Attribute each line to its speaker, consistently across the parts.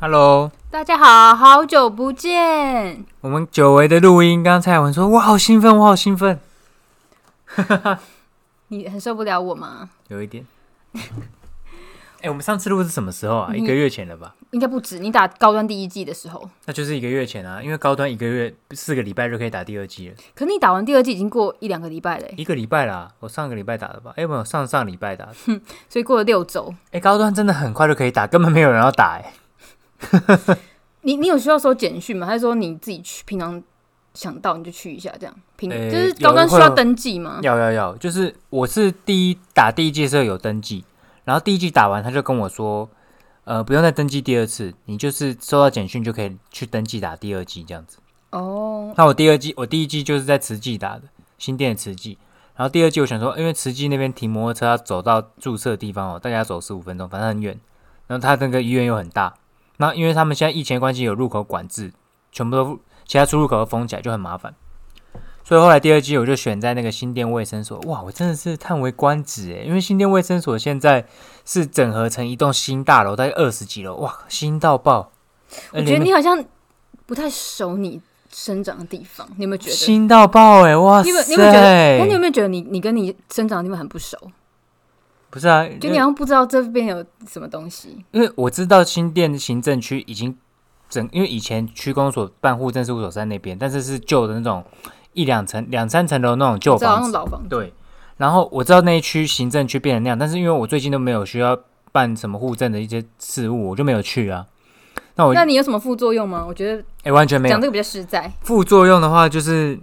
Speaker 1: Hello，
Speaker 2: 大家好，好久不见。
Speaker 1: 我们久违的录音，刚才有人说我好兴奋，我好兴奋，
Speaker 2: 你很受不了我吗？
Speaker 1: 有一点。哎、我们上次录是什么时候啊？一个月前了吧？
Speaker 2: 应该不止，你打高端第一季的时候，
Speaker 1: 那就是一个月前啊，因为高端一个月四个礼拜就可以打第二季了，
Speaker 2: 可你打完第二季已经过一两个礼拜了欸，
Speaker 1: 一个礼拜啦。我上个礼拜打的吧？哎、没有，上上礼拜打的。
Speaker 2: 所以过了六周。
Speaker 1: 哎、高端真的很快就可以打，根本没有人要打、哎，
Speaker 2: 你你有需要收简讯吗？还是说你自己去平常想到你就去一下这样？平、
Speaker 1: 呃
Speaker 2: 就是高端需要登记吗？
Speaker 1: 要要要，就是我是第一打第一季的时候有登记，然后第一季打完他就跟我说，呃，不用再登记第二次，你就是收到简讯就可以去登记打第二季这样子。
Speaker 2: 哦，
Speaker 1: 那我第二季，我第一季就是在慈济打的，新店的慈济。然后第二季我想说，因为慈济那边停摩托车要走到注册地方哦，大概要走十五分钟，反正很远。然后他那个医院又很大，那因为他们现在疫情的关系有入口管制，全部都其他出入口都封起来，就很麻烦。所以后来第二季我就选在那个新店卫生所，哇，我真的是叹为观止诶，因为新店卫生所现在是整合成一栋新大楼，大概二十几楼，哇，新到爆。
Speaker 2: 我觉得你好像不太熟你生长的地方，你有没有觉得？
Speaker 1: 新到爆诶，哇
Speaker 2: 你
Speaker 1: 塞！
Speaker 2: 有没有你有没有觉得？那你有没有觉得你你跟你生长的地方很不熟？
Speaker 1: 嗯不是啊，
Speaker 2: 就你好像不知道这边有什么东西。
Speaker 1: 因为我知道新店行政区已经整，因为以前区公所办户政事务所在那边，但是是旧的那种一两层、两三层楼那种旧
Speaker 2: 知道那
Speaker 1: 房
Speaker 2: 种
Speaker 1: 子。
Speaker 2: 老房子，
Speaker 1: 对，然后我知道那一区行政区变成那样，但是因为我最近都没有需要办什么户政的一些事务，我就没有去啊。那我
Speaker 2: 那
Speaker 1: 哎、
Speaker 2: 你有什么副作用吗？我觉得
Speaker 1: 诶完全没有
Speaker 2: 讲这个比较实在。
Speaker 1: 副作用的话，就是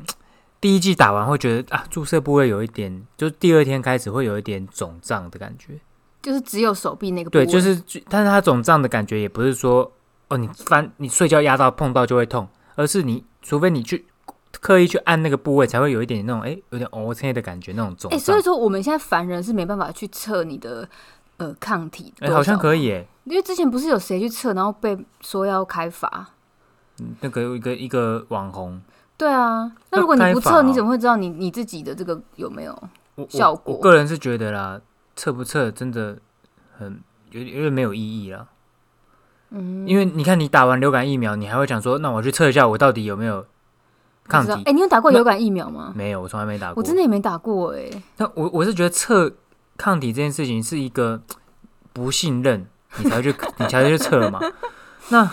Speaker 1: 第一季打完会觉得啊，注射部位有一点，就第二天开始会有一点肿胀的感觉。
Speaker 2: 就是只有手臂那个部
Speaker 1: 对，
Speaker 2: 位，
Speaker 1: 就是，但是它肿胀的感觉也不是说哦，你翻你睡觉压到碰到就会痛，而是你除非你去刻意去按那个部位，才会有一点那种哎、有点哦切的感觉那种肿
Speaker 2: 哎、
Speaker 1: 胀。
Speaker 2: 所以说我们现在凡人是没办法去测你的呃抗体
Speaker 1: 哎、好像
Speaker 2: 以，
Speaker 1: 可以哎、
Speaker 2: 因为之前不是有谁去测，然后被说要开罚。
Speaker 1: 那个有一个一个网红，
Speaker 2: 对啊，那
Speaker 1: 要
Speaker 2: 如果你
Speaker 1: 开
Speaker 2: 不
Speaker 1: 罚
Speaker 2: 测，
Speaker 1: 哦
Speaker 2: 你怎么会知道你你自己的这个有没有？
Speaker 1: 我
Speaker 2: 效
Speaker 1: 我
Speaker 2: 果
Speaker 1: 我个人是觉得啦，测不测真的很有有点没有意义啦。
Speaker 2: 嗯，
Speaker 1: 因为你看，你打完流感疫苗，你还会想说，那我去测一下我到底有没有抗
Speaker 2: 不知道
Speaker 1: 体
Speaker 2: 哎、？你有打过
Speaker 1: 那
Speaker 2: 流感疫苗吗？
Speaker 1: 没有，我从来没打过。
Speaker 2: 我真的也没打过哎、
Speaker 1: 但我我是觉得测抗体这件事情是一个不信任，你才会去 你才会去测嘛。那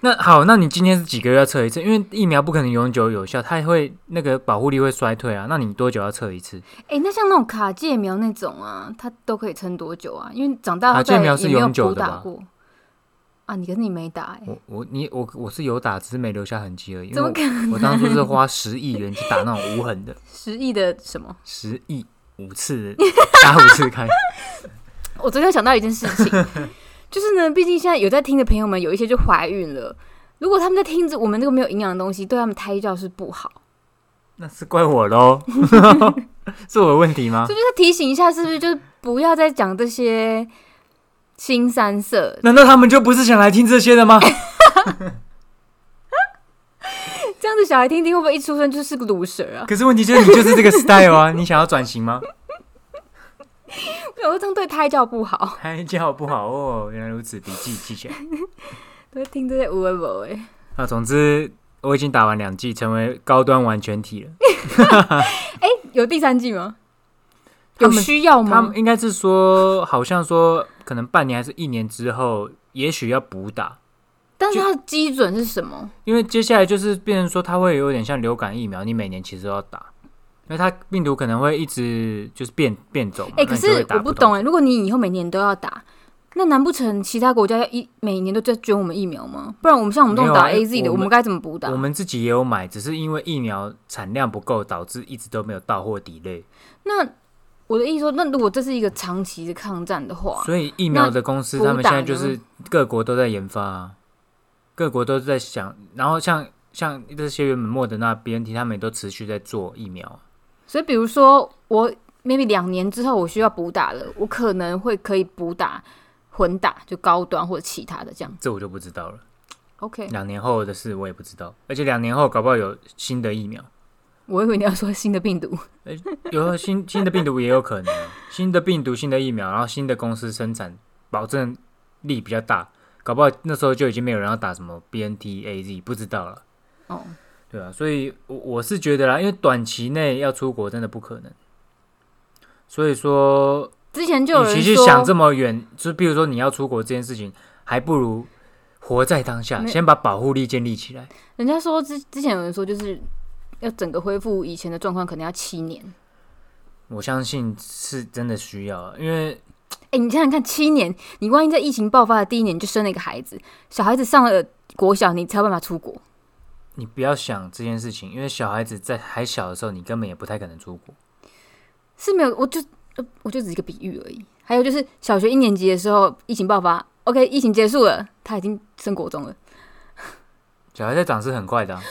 Speaker 1: 那好，那你今天是几个月要测一次？因为疫苗不可能永久有效，它会那个保护力会衰退啊。那你多久要测一次？
Speaker 2: 哎、那像那种卡介苗那种啊，它都可以撑多久啊？因为长大
Speaker 1: 卡
Speaker 2: 后
Speaker 1: 介
Speaker 2: 再也
Speaker 1: 苗是
Speaker 2: 没有
Speaker 1: 永久
Speaker 2: 补
Speaker 1: 的
Speaker 2: 打
Speaker 1: 吧
Speaker 2: 过啊。你可是你没打哎、
Speaker 1: 我我你我我是有打，只是没留下痕迹而已。因为
Speaker 2: 怎么
Speaker 1: 我
Speaker 2: 可能？
Speaker 1: 我当初是花十亿元去打那种无痕的，
Speaker 2: 十亿的什么？
Speaker 1: 十亿五次打五次开。
Speaker 2: 我昨天想到一件事情， 就是呢，毕竟现在有在听的朋友们，有一些就怀孕了。如果他们在听着我们这个没有营养的东西，对他们胎教是不好，
Speaker 1: 那是怪我喽， 是我的问题吗
Speaker 2: 所？以就是提醒一下，是不是就是不要再讲这些新三色？
Speaker 1: 难道他们就不是想来听这些的吗？
Speaker 2: 这样子小孩听听会不会一出生就是个 loser 啊？
Speaker 1: 可是问题就是你就是这个 style 啊， 你想要转型吗？
Speaker 2: 我想说这样对胎教不好，
Speaker 1: 胎教不好哦，原来如此，笔记记起来。
Speaker 2: 都会听这些无为无为。
Speaker 1: 那总之我已经打完两季，成为高端完全体了。
Speaker 2: 有第三季吗？
Speaker 1: 他
Speaker 2: 有
Speaker 1: 们
Speaker 2: 需要
Speaker 1: 他
Speaker 2: 吗
Speaker 1: 们？应该是说，好像说可能半年还是一年之后，也许要补打，
Speaker 2: 但是它的基准是什么？
Speaker 1: 因为接下来就是变成说，它会有点像流感疫苗，你每年其实都要打，因为它病毒可能会一直就是变变种嘛。
Speaker 2: 哎、
Speaker 1: 那
Speaker 2: 可
Speaker 1: 你就会
Speaker 2: 是
Speaker 1: 打
Speaker 2: 我
Speaker 1: 不
Speaker 2: 不
Speaker 1: 同
Speaker 2: 懂哎、如果你以后每年都要打，那难不成其他国家要一每年都在捐我们疫苗吗？不然我们像我们这种打
Speaker 1: 没有啊
Speaker 2: A Z 的，
Speaker 1: 我们
Speaker 2: 我们该怎么补打
Speaker 1: 我？们自己也有买，只是因为疫苗产量不够，导致一直都没有到货 delay。
Speaker 2: 那我的意思说，那如果这是一个长期的抗战的话，
Speaker 1: 所以疫苗的公司，他们现在就是各国都在研发、啊，各国都在想，然后像像这些原本莫德纳、B N T，他们也都持续在做疫苗。
Speaker 2: 所以比如说我 maybe 两年之后我需要补打了，我可能会可以补打混打，就高端或者其他的这样。
Speaker 1: 这我就不知道了，
Speaker 2: OK，
Speaker 1: 两年后的事我也不知道，而且两年后搞不好有新的疫苗，
Speaker 2: 我以为你要说新的病毒，
Speaker 1: 有新新的病毒也有可能啊，新的病毒、新的疫苗，然后新的公司生产，保证力比较大，搞不好那时候就已经没有人要打什么 BNT AZ，不知道了，
Speaker 2: 哦，
Speaker 1: 对啊，所以我我是觉得啦，因为短期内要出国真的不可能，所以说
Speaker 2: 之前就有
Speaker 1: 与其
Speaker 2: 人
Speaker 1: 去想
Speaker 2: 说，
Speaker 1: 这么远，就比如说你要出国这件事情，还不如活在当下，
Speaker 2: 没
Speaker 1: 先把保护力建立起来。
Speaker 2: 人家说之之前有人说就是要整个恢复以前的状况，可能要七年。
Speaker 1: 我相信是真的需要啊，因为
Speaker 2: 哎、你想想看，七年，你万一在疫情爆发的第一年就生了一个孩子，小孩子上了国小，你才有办法出国。
Speaker 1: 你不要想这件事情，因为小孩子在还小的时候，你根本也不太可能出国。
Speaker 2: 是没有，我就呃我就只是一个比喻而已。还有就是小学一年级的时候，疫情爆发，OK，疫情结束了，他已经升国中了，
Speaker 1: 小孩在长是很快的、啊，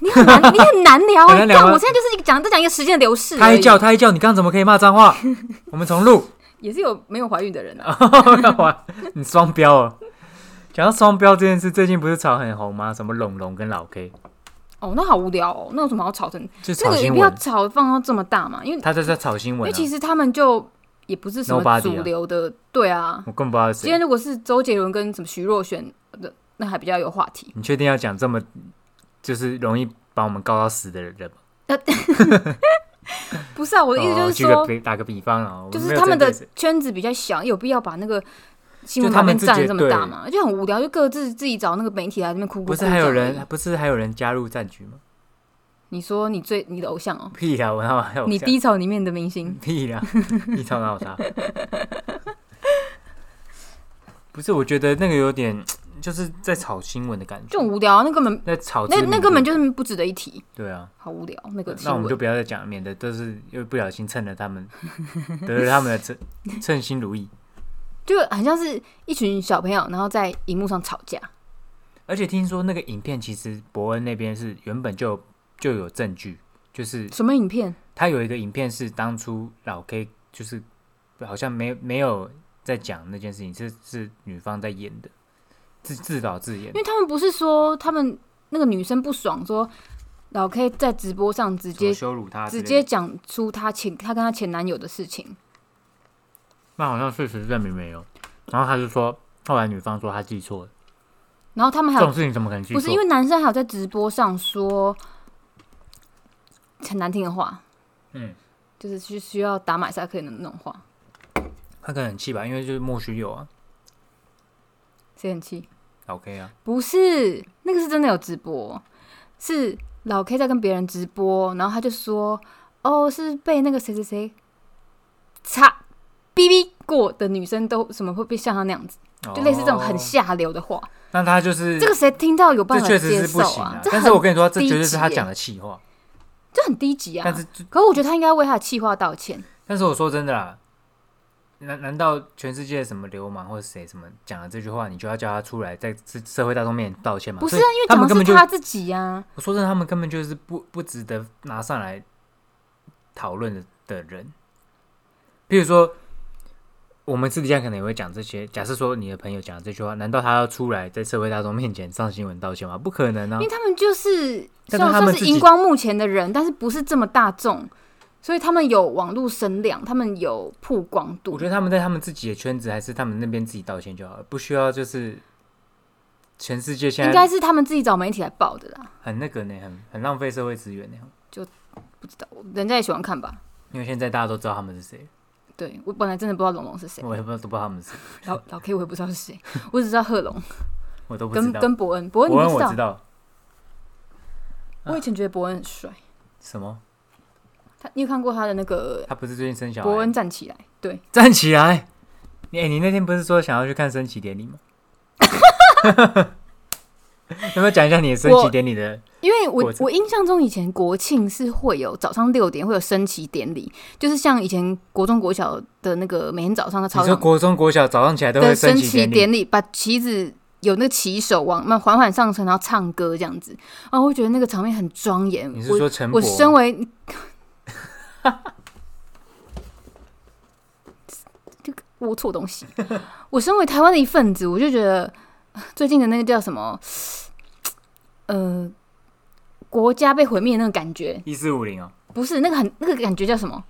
Speaker 2: 你很难，你很难聊啊！
Speaker 1: 很难聊吗
Speaker 2: 干我现在就是一个讲在讲一个时间的流逝而已，
Speaker 1: 他一叫他一叫，你刚刚怎么可以骂脏话？我们重录，
Speaker 2: 也是有没有怀孕的人啊，
Speaker 1: 干嘛？哦你双标哦。讲到双标这件事，最近不是炒很红吗？什么龙龙跟老 K
Speaker 2: 哦，那好无聊哦，那有什么好吵成？
Speaker 1: 就
Speaker 2: 那
Speaker 1: 炒
Speaker 2: 个也
Speaker 1: 新
Speaker 2: 不要
Speaker 1: 闻，
Speaker 2: 吵放到这么大嘛，因为、
Speaker 1: 他在在炒新
Speaker 2: 因
Speaker 1: 闻、
Speaker 2: 为
Speaker 1: 啊。
Speaker 2: 其实他们就也不是什么
Speaker 1: Nobody 啊
Speaker 2: 主流的，对啊。
Speaker 1: 我更不知道是谁。
Speaker 2: 今天如果是周杰伦跟什么徐若瑄的，那还比较有话题。
Speaker 1: 你确定要讲这么就是容易把我们告到死的人吗？
Speaker 2: 不是啊，我的意思
Speaker 1: 哦
Speaker 2: 就是
Speaker 1: 举个
Speaker 2: 说，
Speaker 1: 比打个比方啊，我
Speaker 2: 就
Speaker 1: 没
Speaker 2: 是
Speaker 1: 有
Speaker 2: 他
Speaker 1: 针
Speaker 2: 们
Speaker 1: 对
Speaker 2: 的
Speaker 1: 谁
Speaker 2: 圈子比较小，有必要把那个新
Speaker 1: 就
Speaker 2: 闻
Speaker 1: 他
Speaker 2: 版
Speaker 1: 们
Speaker 2: 面
Speaker 1: 自
Speaker 2: 占
Speaker 1: 己
Speaker 2: 得这么
Speaker 1: 对
Speaker 2: 大嘛？就很无聊，就各自自己找那个媒体来这边哭哭。
Speaker 1: 不是
Speaker 2: 哭
Speaker 1: 还有
Speaker 2: 这样而
Speaker 1: 人
Speaker 2: 已？
Speaker 1: 不是还有人加入战局吗？
Speaker 2: 你说你最你的偶像哦，
Speaker 1: 屁啦，我哪有
Speaker 2: 你
Speaker 1: 这样
Speaker 2: 低潮里面的明星，
Speaker 1: 屁啦，你吵哪有差？不是，我觉得那个有点就是在炒新闻的感
Speaker 2: 就
Speaker 1: 觉
Speaker 2: 很，无聊啊，那根本
Speaker 1: 在炒
Speaker 2: 那
Speaker 1: 知名
Speaker 2: 那
Speaker 1: 度
Speaker 2: 根本就是不值得一提，
Speaker 1: 对啊。
Speaker 2: 好无聊那个新
Speaker 1: 那我们就
Speaker 2: 闻。
Speaker 1: 不要再讲，免得都是又不小心趁了他们 得了他们的称称心如意。
Speaker 2: 就很像是一群小朋友，然后在荧幕上吵架。
Speaker 1: 而且听说那个影片其实伯恩那边是原本就就有证据，就是
Speaker 2: 什么影片？
Speaker 1: 他有一个影片是当初老 K 就是好像没没有在讲那件事情，是是女方在演的，自自导自演
Speaker 2: 因。为他们不是说他们那个女生不爽，说老 K 在直播上直
Speaker 1: 什么
Speaker 2: 接
Speaker 1: 羞辱他之
Speaker 2: 直
Speaker 1: 类的，
Speaker 2: 接讲出她前她跟她前男友的事情。
Speaker 1: 那好像事实证明没有。然后他就说，后来女方说他记错了，
Speaker 2: 然后他们
Speaker 1: 这
Speaker 2: 还有
Speaker 1: 种事情怎么可能记
Speaker 2: 不
Speaker 1: 错？
Speaker 2: 是因为男生还有在直播上说很难听的话，
Speaker 1: 嗯，
Speaker 2: 就是需需要打马赛克的那种话，
Speaker 1: 他可能很气吧，因为就是莫须有啊
Speaker 2: 谁很气？
Speaker 1: 老 K 啊，
Speaker 2: 不是，那个是真的有直播，是老 K 在跟别人直播，然后他就说，哦，是被那个谁谁谁擦逼逼过的女生都什么会被像他那样子，就类似这种很
Speaker 1: 哦
Speaker 2: 下流的话，
Speaker 1: 那他就是
Speaker 2: 这个谁听到有办
Speaker 1: 这
Speaker 2: 法
Speaker 1: 确实
Speaker 2: 接
Speaker 1: 是
Speaker 2: 受
Speaker 1: 不行
Speaker 2: 啊？这
Speaker 1: 但是
Speaker 2: 很
Speaker 1: 我跟你说，这
Speaker 2: 低
Speaker 1: 绝对是
Speaker 2: 级
Speaker 1: 他
Speaker 2: 耶
Speaker 1: 讲的气话。
Speaker 2: 这很低级啊
Speaker 1: 但！是就，啊
Speaker 2: 可我觉得他应该为他的气话道歉。
Speaker 1: 但是我说真的啦，难难道全世界什么流氓或者谁什么讲了这句话，你就要叫他出来在社社会大众面前道歉吗？
Speaker 2: 不是啊
Speaker 1: 所以，
Speaker 2: 因为
Speaker 1: 他们
Speaker 2: 讲
Speaker 1: 根
Speaker 2: 的
Speaker 1: 本
Speaker 2: 是
Speaker 1: 就
Speaker 2: 他自己啊呀、
Speaker 1: 我说真的，他们根本就是不不值得拿上来讨论的的人。比如说，我们私底下可能也会讲这些。假设说你的朋友讲这句话，难道他要出来在社会大众面前上新闻道歉吗？不可能啊
Speaker 2: 因为！他们就是
Speaker 1: 但是
Speaker 2: 虽
Speaker 1: 他
Speaker 2: 然
Speaker 1: 们
Speaker 2: 算
Speaker 1: 自
Speaker 2: 是
Speaker 1: 己
Speaker 2: 荧光幕前的人，但是不是这么大众，所以他们有网络声量，他们有曝光
Speaker 1: 我
Speaker 2: 度
Speaker 1: 觉。得他们在他们自己的圈子，还是他们那边自己道歉就好了，不需要就是全世界现
Speaker 2: 应该
Speaker 1: 在
Speaker 2: 是他们自己找媒体来报的啦，
Speaker 1: 很那个呢，很很浪费社会资源呢。
Speaker 2: 不知道人家也喜欢看吧？
Speaker 1: 因为现在大家都知道他们是谁，
Speaker 2: 对我本来真的不知道龙龙是谁，
Speaker 1: 我也不知道都不知道他们是谁，
Speaker 2: 老老 K 我也不知道是谁，我只知道贺龙
Speaker 1: 我都不知
Speaker 2: 跟
Speaker 1: 道。
Speaker 2: 跟伯恩，伯恩你
Speaker 1: 伯恩
Speaker 2: 不
Speaker 1: 我
Speaker 2: 道
Speaker 1: 知？道
Speaker 2: 我以前觉得伯恩很帅，
Speaker 1: 什么？
Speaker 2: 他你有看过他的那个
Speaker 1: 他不是最近生小孩
Speaker 2: 伯
Speaker 1: 吗？
Speaker 2: 恩站起来？对，
Speaker 1: 站起来！你、哎，你那天不是说想要去看升旗典礼吗？ 要不要讲一下你的升旗典礼的？
Speaker 2: 因为
Speaker 1: 过
Speaker 2: 我
Speaker 1: 程
Speaker 2: 我印象中以前国庆是会有早上六点会有升旗典礼，就是像以前国中国小的那个每天早上的
Speaker 1: 你
Speaker 2: 操
Speaker 1: 说
Speaker 2: 场
Speaker 1: 国中、国小早上起来都会
Speaker 2: 的
Speaker 1: 升
Speaker 2: 升
Speaker 1: 旗
Speaker 2: 旗
Speaker 1: 典礼，
Speaker 2: 典礼，把旗子有那个旗手往慢缓缓上升，然后唱歌这样子，啊，我觉得那个场面很庄严。
Speaker 1: 你是
Speaker 2: 我
Speaker 1: 说陈
Speaker 2: 我
Speaker 1: 博？
Speaker 2: 身为 这个龌龊东西，我身为台湾的一份子，我就觉得最近的那个叫什么，呃，国家被毁灭那个感觉，
Speaker 1: 一四五零哦，
Speaker 2: 不是那个很那个感觉叫什么？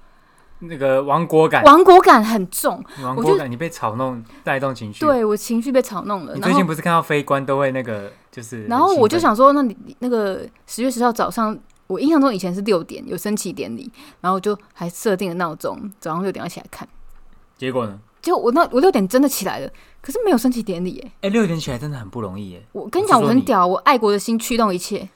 Speaker 1: 那个亡国感，
Speaker 2: 亡国感很重。
Speaker 1: 亡
Speaker 2: 我
Speaker 1: 国
Speaker 2: 就
Speaker 1: 感，你被吵弄带动情绪。，
Speaker 2: 对我情绪被吵弄了，
Speaker 1: 你
Speaker 2: 然
Speaker 1: 最
Speaker 2: 后
Speaker 1: 近不是看到非官都会那个就是，
Speaker 2: 然后我就，想说，那你那个十月十号早上，我印象中以前是六点有升旗典礼，然后我就还设定了闹钟，早上六点要起来看。
Speaker 1: 结果呢？
Speaker 2: 结果我那我六点真的起来了，可是没有升旗典礼耶！
Speaker 1: 哎，六点起来真的很不容易耶。
Speaker 2: 我跟你
Speaker 1: 我是
Speaker 2: 讲，我
Speaker 1: 说
Speaker 2: 很
Speaker 1: 你
Speaker 2: 屌，我爱国的心驱动一切。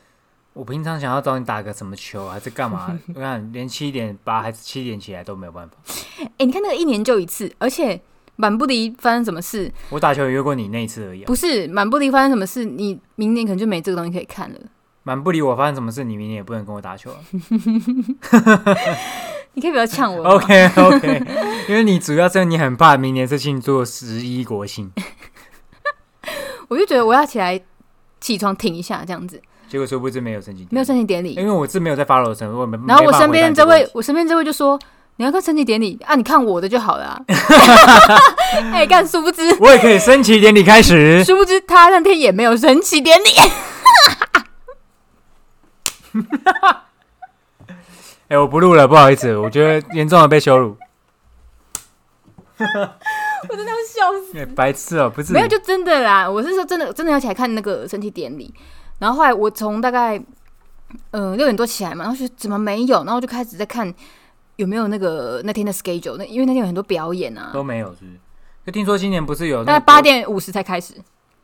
Speaker 1: 我平常想要找你打个什么球啊还是干 嘛，我看连七点八还是七点起来都没有办法。
Speaker 2: 哎、你看那个一年就一次，而且满不离发生什么事，
Speaker 1: 我打球也约过你那一次而已、啊，
Speaker 2: 不是满不离发生什么事，你明年可能就没这个东西可以看了。
Speaker 1: 蛮不理我。发生什么事，你明天也不能跟我打球、啊。
Speaker 2: 你可以不要 呛我吗
Speaker 1: OK OK，因 为你主要是你很怕明年是庆祝十一国庆，
Speaker 2: 我就觉得我要起来起床挺一下，这样子
Speaker 1: 结果殊不知没有申请，
Speaker 2: 没有升旗典礼。
Speaker 1: 因为我是没有在 follow 的时候，我没。
Speaker 2: 然后
Speaker 1: 嗯没
Speaker 2: 我
Speaker 1: 办法
Speaker 2: 身边
Speaker 1: 回答
Speaker 2: 这
Speaker 1: 个问
Speaker 2: 位
Speaker 1: 题，
Speaker 2: 我身边这位就说：“你要看升旗典礼啊，你看我的就好了、 啊。”哎、干，殊不知，
Speaker 1: 我也可以升旗典礼开始。
Speaker 2: 殊不知他那天也没有升旗典礼。
Speaker 1: 哎、我不录了，不好意思，我觉得严重的被羞辱。
Speaker 2: 我真的要笑 死。
Speaker 1: 哎白痴哦、不是
Speaker 2: 没有，就真的啦。我是说真的，真的要起来看那个升旗典礼。然后后来我从大概呃六点多起来嘛，然后就怎么没有，然后我就开始在看有没有那个那天的 schedule。那因为那天有很多表演啊，
Speaker 1: 都没有，是不是？就听说今年不是有
Speaker 2: 大概八，点五十才开始，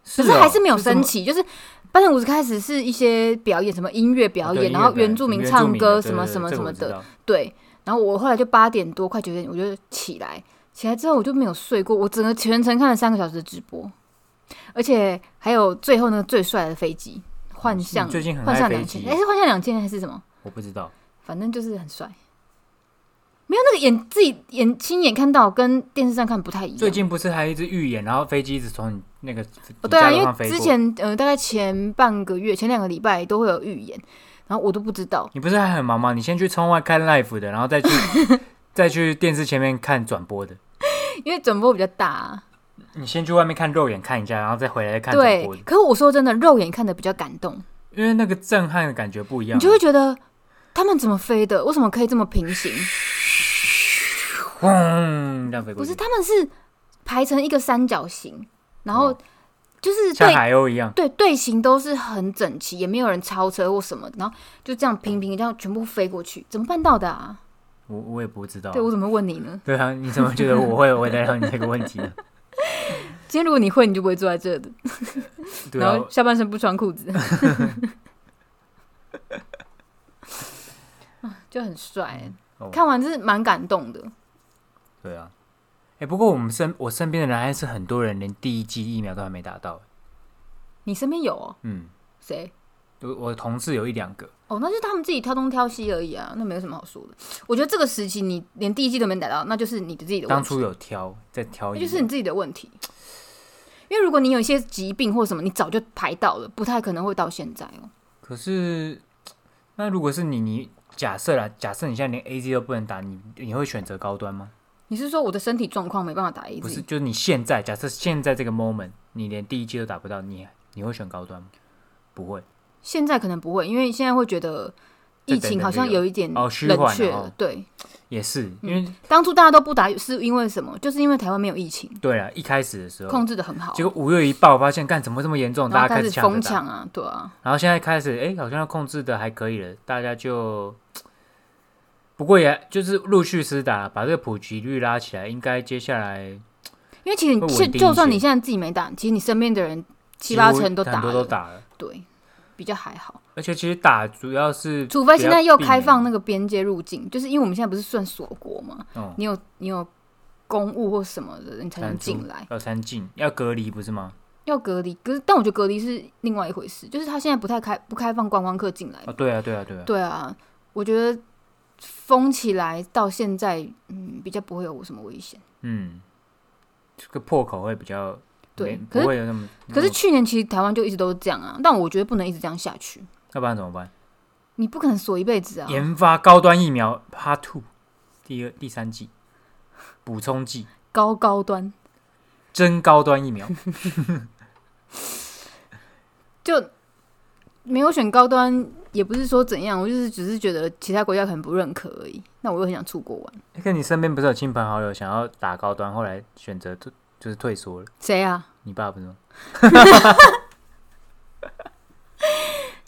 Speaker 1: 是
Speaker 2: 可
Speaker 1: 哦、
Speaker 2: 是还是没有升
Speaker 1: 是
Speaker 2: 旗，就是。八点五十开始是一些表演，什么音乐
Speaker 1: 什
Speaker 2: 表
Speaker 1: 么。
Speaker 2: 演，
Speaker 1: 哦对
Speaker 2: 然后
Speaker 1: 音乐
Speaker 2: 原住民
Speaker 1: 表演
Speaker 2: 唱歌
Speaker 1: 对
Speaker 2: 什么
Speaker 1: 对对
Speaker 2: 什么
Speaker 1: 这
Speaker 2: 什
Speaker 1: 个我
Speaker 2: 么
Speaker 1: 知
Speaker 2: 的，
Speaker 1: 道
Speaker 2: 对。然后我后来就八点多快九点我就起来，起来之后我就没有睡过，我整个全程看了三个小时的直播，而且还有最后那个最帅的飞机幻象，
Speaker 1: 你哦最近很
Speaker 2: 幻象
Speaker 1: 爱
Speaker 2: 两
Speaker 1: 飞
Speaker 2: 千
Speaker 1: 机，，
Speaker 2: 哎是幻象两千还是什么？
Speaker 1: 我不知道。
Speaker 2: 反正就是很帅。没有那个眼自己眼亲眼看到跟电视上看不太一样。
Speaker 1: 最近不是还有一只预言，然后飞机一直从你那个
Speaker 2: 哦，对啊，因
Speaker 1: 你家楼上
Speaker 2: 为
Speaker 1: 飞过
Speaker 2: 之前呃大概前半个月前两个礼拜都会有预言，然后我都不知道。
Speaker 1: 你不是还很忙吗？你先去窗外看 live 的，然后再 去再去电视前面看转播的。
Speaker 2: 因为转播比较大、啊，
Speaker 1: 你先去外面看肉眼看一下，然后再回来看转
Speaker 2: 对
Speaker 1: 播的。。
Speaker 2: 可是我说真的，肉眼看的比较感动，
Speaker 1: 因为那个震撼的感觉不一样啊。
Speaker 2: 你就会觉得他们怎么飞的？为什么可以这么平行？
Speaker 1: 轰这样飞
Speaker 2: 不
Speaker 1: 过
Speaker 2: 是，
Speaker 1: 去，
Speaker 2: 他们是排成一个三角形，然后
Speaker 1: 哦
Speaker 2: 就是
Speaker 1: 像
Speaker 2: 对
Speaker 1: 海鸥一样。
Speaker 2: 对队形都是很整齐，也没有人超车或什么，然后就这样平平地这样全部飞过去，怎么办到的啊？
Speaker 1: 我我也不知道
Speaker 2: 对。我怎么会问你呢？
Speaker 1: 对啊，你怎么觉得我会回答到你这个问题 呢？
Speaker 2: 今天如果你会，你就不会坐在这的，
Speaker 1: 对
Speaker 2: 然
Speaker 1: 啊
Speaker 2: 后，下半身不穿 裤子，啊就很帅、
Speaker 1: 哦
Speaker 2: 看完是蛮感动的。
Speaker 1: 对啊。哎、不过我们身我身边的人还是很多人连第一剂疫苗都还没打到。欸
Speaker 2: 你身边有哦？
Speaker 1: 嗯，
Speaker 2: 谁？
Speaker 1: 我我同事有一两个，
Speaker 2: 哦，那就是他们自己挑东挑西而已啊，那没有什么好说的。我觉得这个时期你连第一季都没逮到，那就是你的自己的问
Speaker 1: 当
Speaker 2: 题，
Speaker 1: 初有啊挑在挑
Speaker 2: 那
Speaker 1: 一
Speaker 2: 就
Speaker 1: 个，
Speaker 2: 是你自己的问题。因为如果你有一些疾病或什么，你早就排到了，不太可能会到现在哦。
Speaker 1: 可是那如果是你，你假设啦，假设你现在连 A Z 都不能打，你你会选择高端吗？
Speaker 2: 你是说我的身体状况没办法打 A
Speaker 1: 不是，
Speaker 2: Z？
Speaker 1: 就是你现在假设现在这个 moment，你连第一季都打不到，你你会选高端吗？不会，
Speaker 2: 现在可能不会，因为现在会觉得
Speaker 1: 再
Speaker 2: 疫情好像
Speaker 1: 等等这个
Speaker 2: 有一点
Speaker 1: 哦虚
Speaker 2: 冷
Speaker 1: 缓
Speaker 2: 却
Speaker 1: 了
Speaker 2: 了
Speaker 1: 哦。
Speaker 2: 对，
Speaker 1: 也是因为、
Speaker 2: 当初大家都不打是因为什么？就是因为台湾没有疫情，
Speaker 1: 对啊，一开始的时候
Speaker 2: 控，制的很好，
Speaker 1: 结果五月一爆，发现干怎么这么严重，
Speaker 2: 然
Speaker 1: 大家
Speaker 2: 后
Speaker 1: 开
Speaker 2: 开
Speaker 1: 始
Speaker 2: 始
Speaker 1: 抢着
Speaker 2: 疯
Speaker 1: 打，
Speaker 2: 抢啊，对啊。
Speaker 1: 然后现在开始，哎、好像要控制的还可以了，大家就。不过也就是陆续施打，把这个普及率拉起来，应该接下来
Speaker 2: 因为其实你
Speaker 1: 会稳
Speaker 2: 现
Speaker 1: 定一
Speaker 2: 就算
Speaker 1: 些
Speaker 2: 你现在自己没打，其实你身边的人七
Speaker 1: 几
Speaker 2: 八
Speaker 1: 乎
Speaker 2: 成都
Speaker 1: 很
Speaker 2: 打
Speaker 1: 多
Speaker 2: 了，
Speaker 1: 都打了。
Speaker 2: 对，比较还好。
Speaker 1: 而且其实打主要是，
Speaker 2: 除非现在又开放那
Speaker 1: 个，
Speaker 2: 个边界入境，就是因为我们现在不是算锁国嘛，
Speaker 1: 嗯，
Speaker 2: 你有你有公务或什么的，你才能进来，
Speaker 1: 要三进，要隔离不是吗？
Speaker 2: 要隔离。可是但我觉得隔离是另外一回事，就是他现在不太开不开放观光客进来。
Speaker 1: 啊，对啊，对啊，对啊，
Speaker 2: 对啊，我觉得封起来到现在，嗯，比较不会有什么危险。
Speaker 1: 嗯，这个破口会比较
Speaker 2: 对
Speaker 1: 没
Speaker 2: 可是
Speaker 1: 不会有那么，嗯
Speaker 2: 可是
Speaker 1: 那么
Speaker 2: 去年其实台湾就一直都是这样啊，但我觉得不能一直这样下去，
Speaker 1: 要不然怎么办？
Speaker 2: 你不可能锁一辈子啊。
Speaker 1: 研发高端疫苗 Part Two 第二第三季补充剂，
Speaker 2: 高高端，
Speaker 1: 真高端疫苗，
Speaker 2: 就没有选高端，也不是说怎样，我就是只是觉得其他国家可能不认可而已。那我又很想出国玩，
Speaker 1: 那个你身边不是有亲朋好友想要打高端，后来选择退就是退缩了？
Speaker 2: 谁啊？
Speaker 1: 你爸不是吗？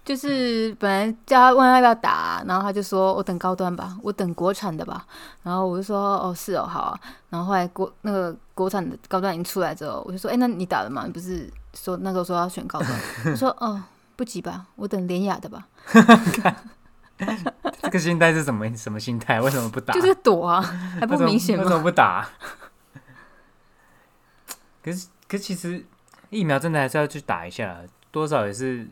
Speaker 2: 就是本来叫他问要不要打，然后他就说我等高端吧，我等国产的吧。然后我就说哦是哦好啊。然后后来国那个国产的高端已经出来之后，我就说哎、那你打了吗？你不是说那时候说要选高端？我说哦不急吧，我等联雅的吧，
Speaker 1: 这个心态是什么什么心态？为什么不打？
Speaker 2: 就是躲啊，还不
Speaker 1: 为什么
Speaker 2: 明显
Speaker 1: 为什
Speaker 2: 吗？
Speaker 1: 么不打？ 可是，可是其实疫苗真的还是要去打一下啦，多少也是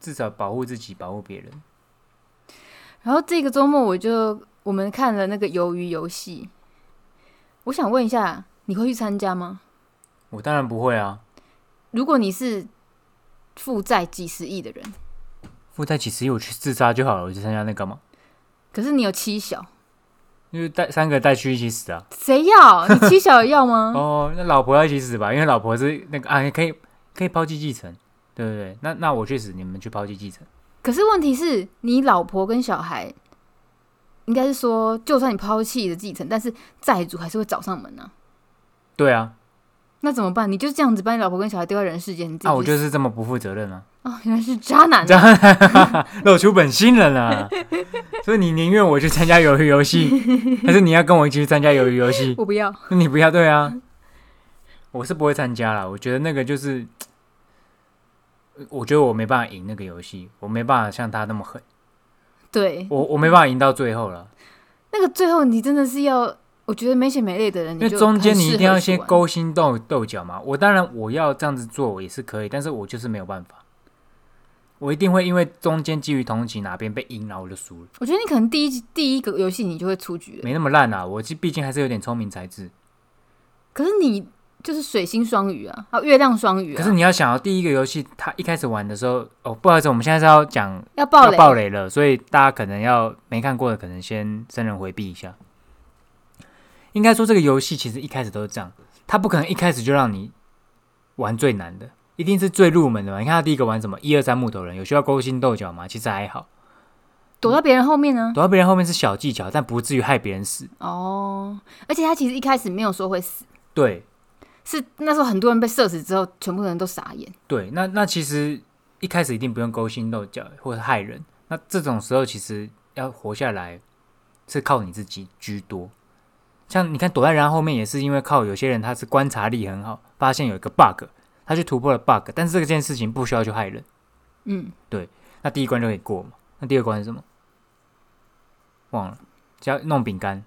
Speaker 1: 至少保护自己，保护别人。
Speaker 2: 然后这个周末我就我们看了那个鱿鱼游戏，我想问一下，你会去参加吗？
Speaker 1: 我当然不会啊，
Speaker 2: 如果你是负债几十亿的人，
Speaker 1: 附带其实我去自杀就好了，我去参加那干嘛？
Speaker 2: 可是你有妻小，
Speaker 1: 因为带三个带去一起死啊！
Speaker 2: 谁要？你妻小要吗？
Speaker 1: 哦，那老婆要一起死吧，因为老婆是那个啊，可以可以抛弃继承，对不对？那那我去死，你们去抛弃继承。
Speaker 2: 可是问题是你老婆跟小孩，应该是说，就算你抛弃了继承，但是债主还是会找上门啊。
Speaker 1: 对啊，
Speaker 2: 那怎么办？你就这样子把你老婆跟小孩丢在人世间，你自己
Speaker 1: 那、啊我
Speaker 2: 去
Speaker 1: 就是这么不负责任啊，
Speaker 2: 哦， 原来是渣男、
Speaker 1: 渣
Speaker 2: 啊。
Speaker 1: 露出本性了 啦。所以你宁愿我去参加鱿鱼游戏，还是你要跟我一起去参加鱿鱼游戏？
Speaker 2: 我不要，
Speaker 1: 那你不要对啊，我是不会参加啦。我觉得那个就是，我觉得我没办法赢那个游戏，我没办法像他那么狠，
Speaker 2: 对，
Speaker 1: 我我没办法赢到最后了。
Speaker 2: 那个最后你真的是要，我觉得没血没泪的人，
Speaker 1: 因
Speaker 2: 你
Speaker 1: 为
Speaker 2: 就
Speaker 1: 中间
Speaker 2: 很
Speaker 1: 你
Speaker 2: 适
Speaker 1: 一定要
Speaker 2: 合
Speaker 1: 先
Speaker 2: 去玩。
Speaker 1: 勾心斗斗角嘛。我当然我要这样子做也是可以，但是我就是没有办法，我一定会因为中间基于同情哪边被赢，然后我就输了，
Speaker 2: 我觉得你可能第一集第一个游戏你就会出局了，
Speaker 1: 没那么烂啊。我毕竟还是有点聪明才智。
Speaker 2: 可是你就是水星双鱼啊，还有月亮双鱼、啊，
Speaker 1: 可是你要想要第一个游戏，他一开始玩的时候，哦，不好意思，我们现在是要讲
Speaker 2: 要爆
Speaker 1: 要
Speaker 2: 雷，
Speaker 1: 爆雷了，所以大家可能要没看过的，可能先真人回避一下。应该说，这个游戏其实一开始都是这样，它不可能一开始就让你玩最难的，一定是最入门的嘛。你看他第一个玩什么？一二三木头人，有需要勾心斗角吗？其实还好，
Speaker 2: 躲到别人后面呢、
Speaker 1: 躲到别人后面是小技巧，但不至于害别人死。
Speaker 2: 哦，而且他其实一开始没有说会死，
Speaker 1: 对
Speaker 2: 是那时候很多人被射死之后，全部人都傻眼。
Speaker 1: 对，那那其实一开始一定不用勾心斗角或者害人。那这种时候，其实要活下来是靠你自己居多。像你看躲在人家后面，也是因为靠有些人他是观察力很好，发现有一个 bug，他去突破了 bug，但是这件事情不需要去害人，
Speaker 2: 嗯，
Speaker 1: 那第一关就可以过嘛。那第二关是什么？忘了，只要弄饼干，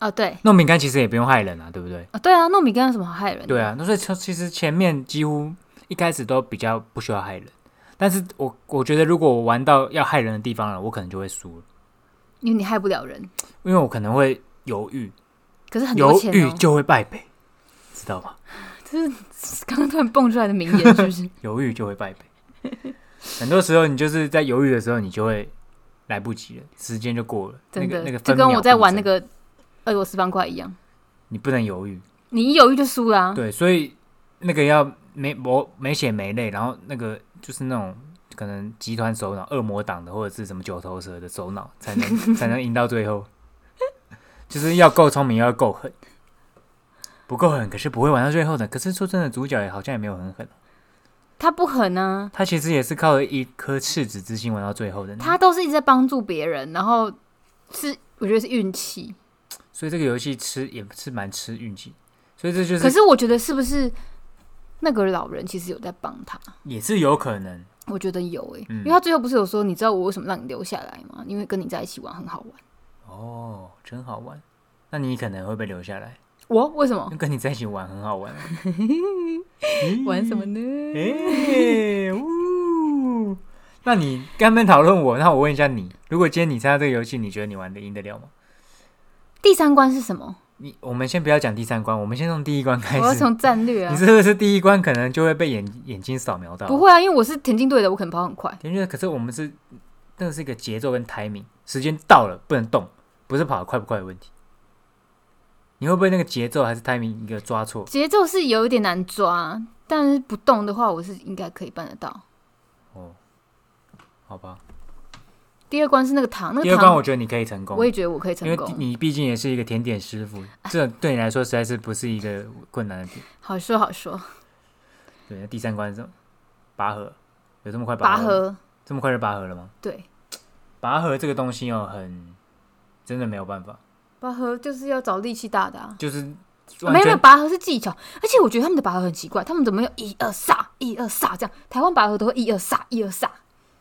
Speaker 2: 哦对，
Speaker 1: 弄饼干其实也不用害人啊，对不对？
Speaker 2: 哦对啊，糯米干有什么好害人？
Speaker 1: 对，啊，那所以其其实前面几乎一开始都比较不需要害人，但是我我觉得如果我玩到要害人的地方了，我可能就会输了，
Speaker 2: 因为你害不了人，
Speaker 1: 因为我可能会犹豫，
Speaker 2: 可是很多
Speaker 1: 犹
Speaker 2: 钱
Speaker 1: 豫
Speaker 2: 哦。
Speaker 1: 就会败北，知道吧？
Speaker 2: 刚刚突然蹦出来的名言是不是？
Speaker 1: 犹豫就会败北， 很多时候你就是在犹豫的时候，你就会来不及了，时间就过了，
Speaker 2: 真
Speaker 1: 那个
Speaker 2: 的，
Speaker 1: 那个
Speaker 2: 就
Speaker 1: 分
Speaker 2: 跟
Speaker 1: 秒
Speaker 2: 我在
Speaker 1: 必
Speaker 2: 玩
Speaker 1: 争
Speaker 2: 那，个俄罗斯方块一样，
Speaker 1: 你不能犹豫，
Speaker 2: 你一犹豫就输啦、
Speaker 1: 对，所以那个要没没没血没泪，然后那个就是那种可能集团首脑、恶魔党的或者是什么九头蛇的首脑，才能才能赢到最后， 就是要够聪明，要够狠，不够狠可是不会玩到最后的。可是说真的，主角也好像也没有很狠，啊
Speaker 2: 他不狠啊，
Speaker 1: 他其实也是靠着一颗赤子之心玩到最后的。
Speaker 2: 他都是一直在帮助别人，然后是我觉得是运气。
Speaker 1: 所以这个游戏吃也是蛮吃运气，所以这就
Speaker 2: 可
Speaker 1: 是
Speaker 2: 是我觉得是不是那个老人其实有在帮他？
Speaker 1: 也是有可能。
Speaker 2: 我觉得有诶、
Speaker 1: 嗯
Speaker 2: 因为他最后不是有说，你知道我为什么让你留下来吗？因为跟你在一起玩很好玩。
Speaker 1: 哦，真好玩。那你可能会被留下来，
Speaker 2: 我为什么
Speaker 1: 那跟你在一起玩很好玩啊。
Speaker 2: 玩什么
Speaker 1: 嗯
Speaker 2: 呢？
Speaker 1: 哎、呜！那你刚刚讨论我，那我问一下你，如果今天你参加这个游戏，你觉得你玩的赢得了吗？
Speaker 2: 第三关是什么？
Speaker 1: 你我们先不要讲第三关，我们先从第一关开
Speaker 2: 我要
Speaker 1: 始。
Speaker 2: 从战略啊
Speaker 1: 你，是不是第一关可能就会被眼眼睛扫描到？
Speaker 2: 不，会啊，因为我是田径队的，我可能跑很快。
Speaker 1: 因为可是我们是那个是一个节奏跟 timing，时间到了不能动，不是跑得快不快的问题。你会不会那个节奏还是 timing 一个抓错？
Speaker 2: 节奏是有一点难抓，但是不动的话，我是应该可以办得到。
Speaker 1: 哦，好吧。
Speaker 2: 第二关是那个糖，那
Speaker 1: 第
Speaker 2: 个
Speaker 1: 二关我
Speaker 2: 糖
Speaker 1: 觉得你可以成功，
Speaker 2: 我也觉得我可以
Speaker 1: 因
Speaker 2: 成
Speaker 1: 为
Speaker 2: 功。啊
Speaker 1: 你毕竟也是一个甜点师傅，这对你来说实在是不是一个困难的点。
Speaker 2: 好说好说，
Speaker 1: 对，那第三关是什么？拔河，有这么快拔
Speaker 2: 拔
Speaker 1: 河？
Speaker 2: 河
Speaker 1: 这么快就拔河了吗？
Speaker 2: 对，
Speaker 1: 拔河这个东西哦，很真的没有办法，
Speaker 2: 拔河就是要找力气大的啊。
Speaker 1: 就是完
Speaker 2: 没有没有，
Speaker 1: 全
Speaker 2: 拔河是技巧，而且我觉得他们的拔河很奇怪，他们怎么有一二煞一二煞这样？台湾拔河都会一二煞一二煞。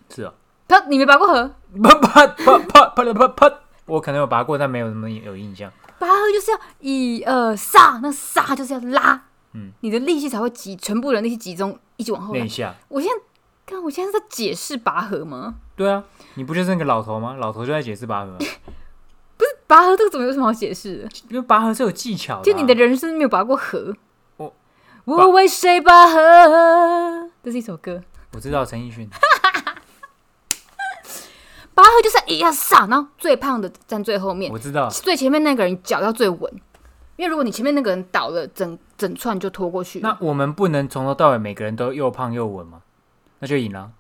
Speaker 1: 是哦，
Speaker 2: 他你没拔过河？
Speaker 1: 啪啪啪啪啪啪啪，我可能有拔过，但没有什么有印象。
Speaker 2: 拔河就是要一二煞，那煞就是要拉，
Speaker 1: 嗯，
Speaker 2: 你的力气才会集，全部人力气集中，一起往后
Speaker 1: 那一
Speaker 2: 来。
Speaker 1: 下，
Speaker 2: 我现在，看我现在是在解释拔河吗？
Speaker 1: 对啊，你不就是那个老头吗？老头就在解释拔河啊、
Speaker 2: 拔河这个怎么有什么好解释的？
Speaker 1: 因为拔河是有技巧的啊、
Speaker 2: 就你的人生没有拔过河。
Speaker 1: 我
Speaker 2: 我为谁拔河？这是一首歌。
Speaker 1: 我知道陈奕迅，
Speaker 2: 拔河就是一要上，然后最胖的站最后面
Speaker 1: 我，知道，
Speaker 2: 最前面那个人脚要最稳，因为如果你前面那个人倒了，整整串就拖过去。
Speaker 1: 那我们不能从头到尾每个人都又胖又稳吗？那就赢了。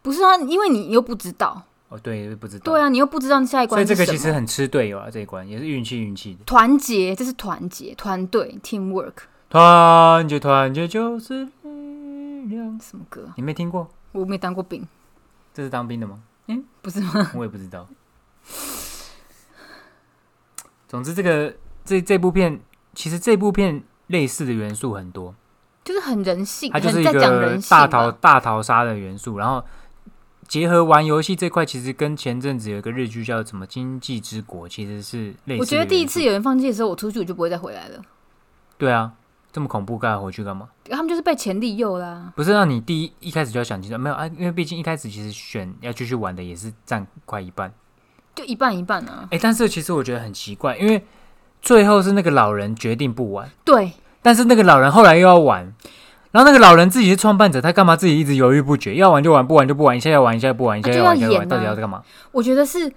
Speaker 2: 不是啊，因为你又不知道，
Speaker 1: 哦，对，不知道。
Speaker 2: 对啊，你又不知道下一
Speaker 1: 所
Speaker 2: 关
Speaker 1: 以
Speaker 2: 是
Speaker 1: 这
Speaker 2: 什么。
Speaker 1: 个其实很吃队友啊，这一关也是运气运气的。
Speaker 2: 团结，这是团结、团队 （teamwork）。
Speaker 1: 团结团结就是力量，
Speaker 2: 什么歌？
Speaker 1: 你没听过？
Speaker 2: 我没当过兵，
Speaker 1: 这是当兵的吗？
Speaker 2: 嗯，不是吗？
Speaker 1: 我也不知道。总之，这个这这部片其实这部片类似的元素很多，
Speaker 2: 就是很人性，
Speaker 1: 它就是
Speaker 2: 很
Speaker 1: 一
Speaker 2: 在讲
Speaker 1: 个
Speaker 2: 人性啊
Speaker 1: 大
Speaker 2: 嘛。
Speaker 1: 逃大逃杀的元素，然后结合玩游戏这块，其实跟前阵子有一个日剧叫什么《经济之国》，其实是类似。
Speaker 2: 我觉得第一次，有人放弃的时候，我出去我就不会再回来了。
Speaker 1: 对啊，这么恐怖，干回去干嘛？
Speaker 2: 他们就是被钱利诱啦。
Speaker 1: 不是让你第一一开始就要想清楚，没有啊，因为毕竟一开始其实选要继续玩的也是占快一半。
Speaker 2: 就一半一半啊。
Speaker 1: 哎、但是其实我觉得很奇怪，因为最后是那个老人决定不玩，
Speaker 2: 对，
Speaker 1: 但是那个老人后来又要玩，然后那个老人自己是创办者，他干嘛自己一直犹豫不决？要玩就玩，不玩就不玩，一下要玩，一下不玩，一下
Speaker 2: 啊
Speaker 1: 要玩，一
Speaker 2: 就
Speaker 1: 下
Speaker 2: 要
Speaker 1: 要玩，
Speaker 2: 演啊
Speaker 1: 到底要干嘛？
Speaker 2: 我觉得是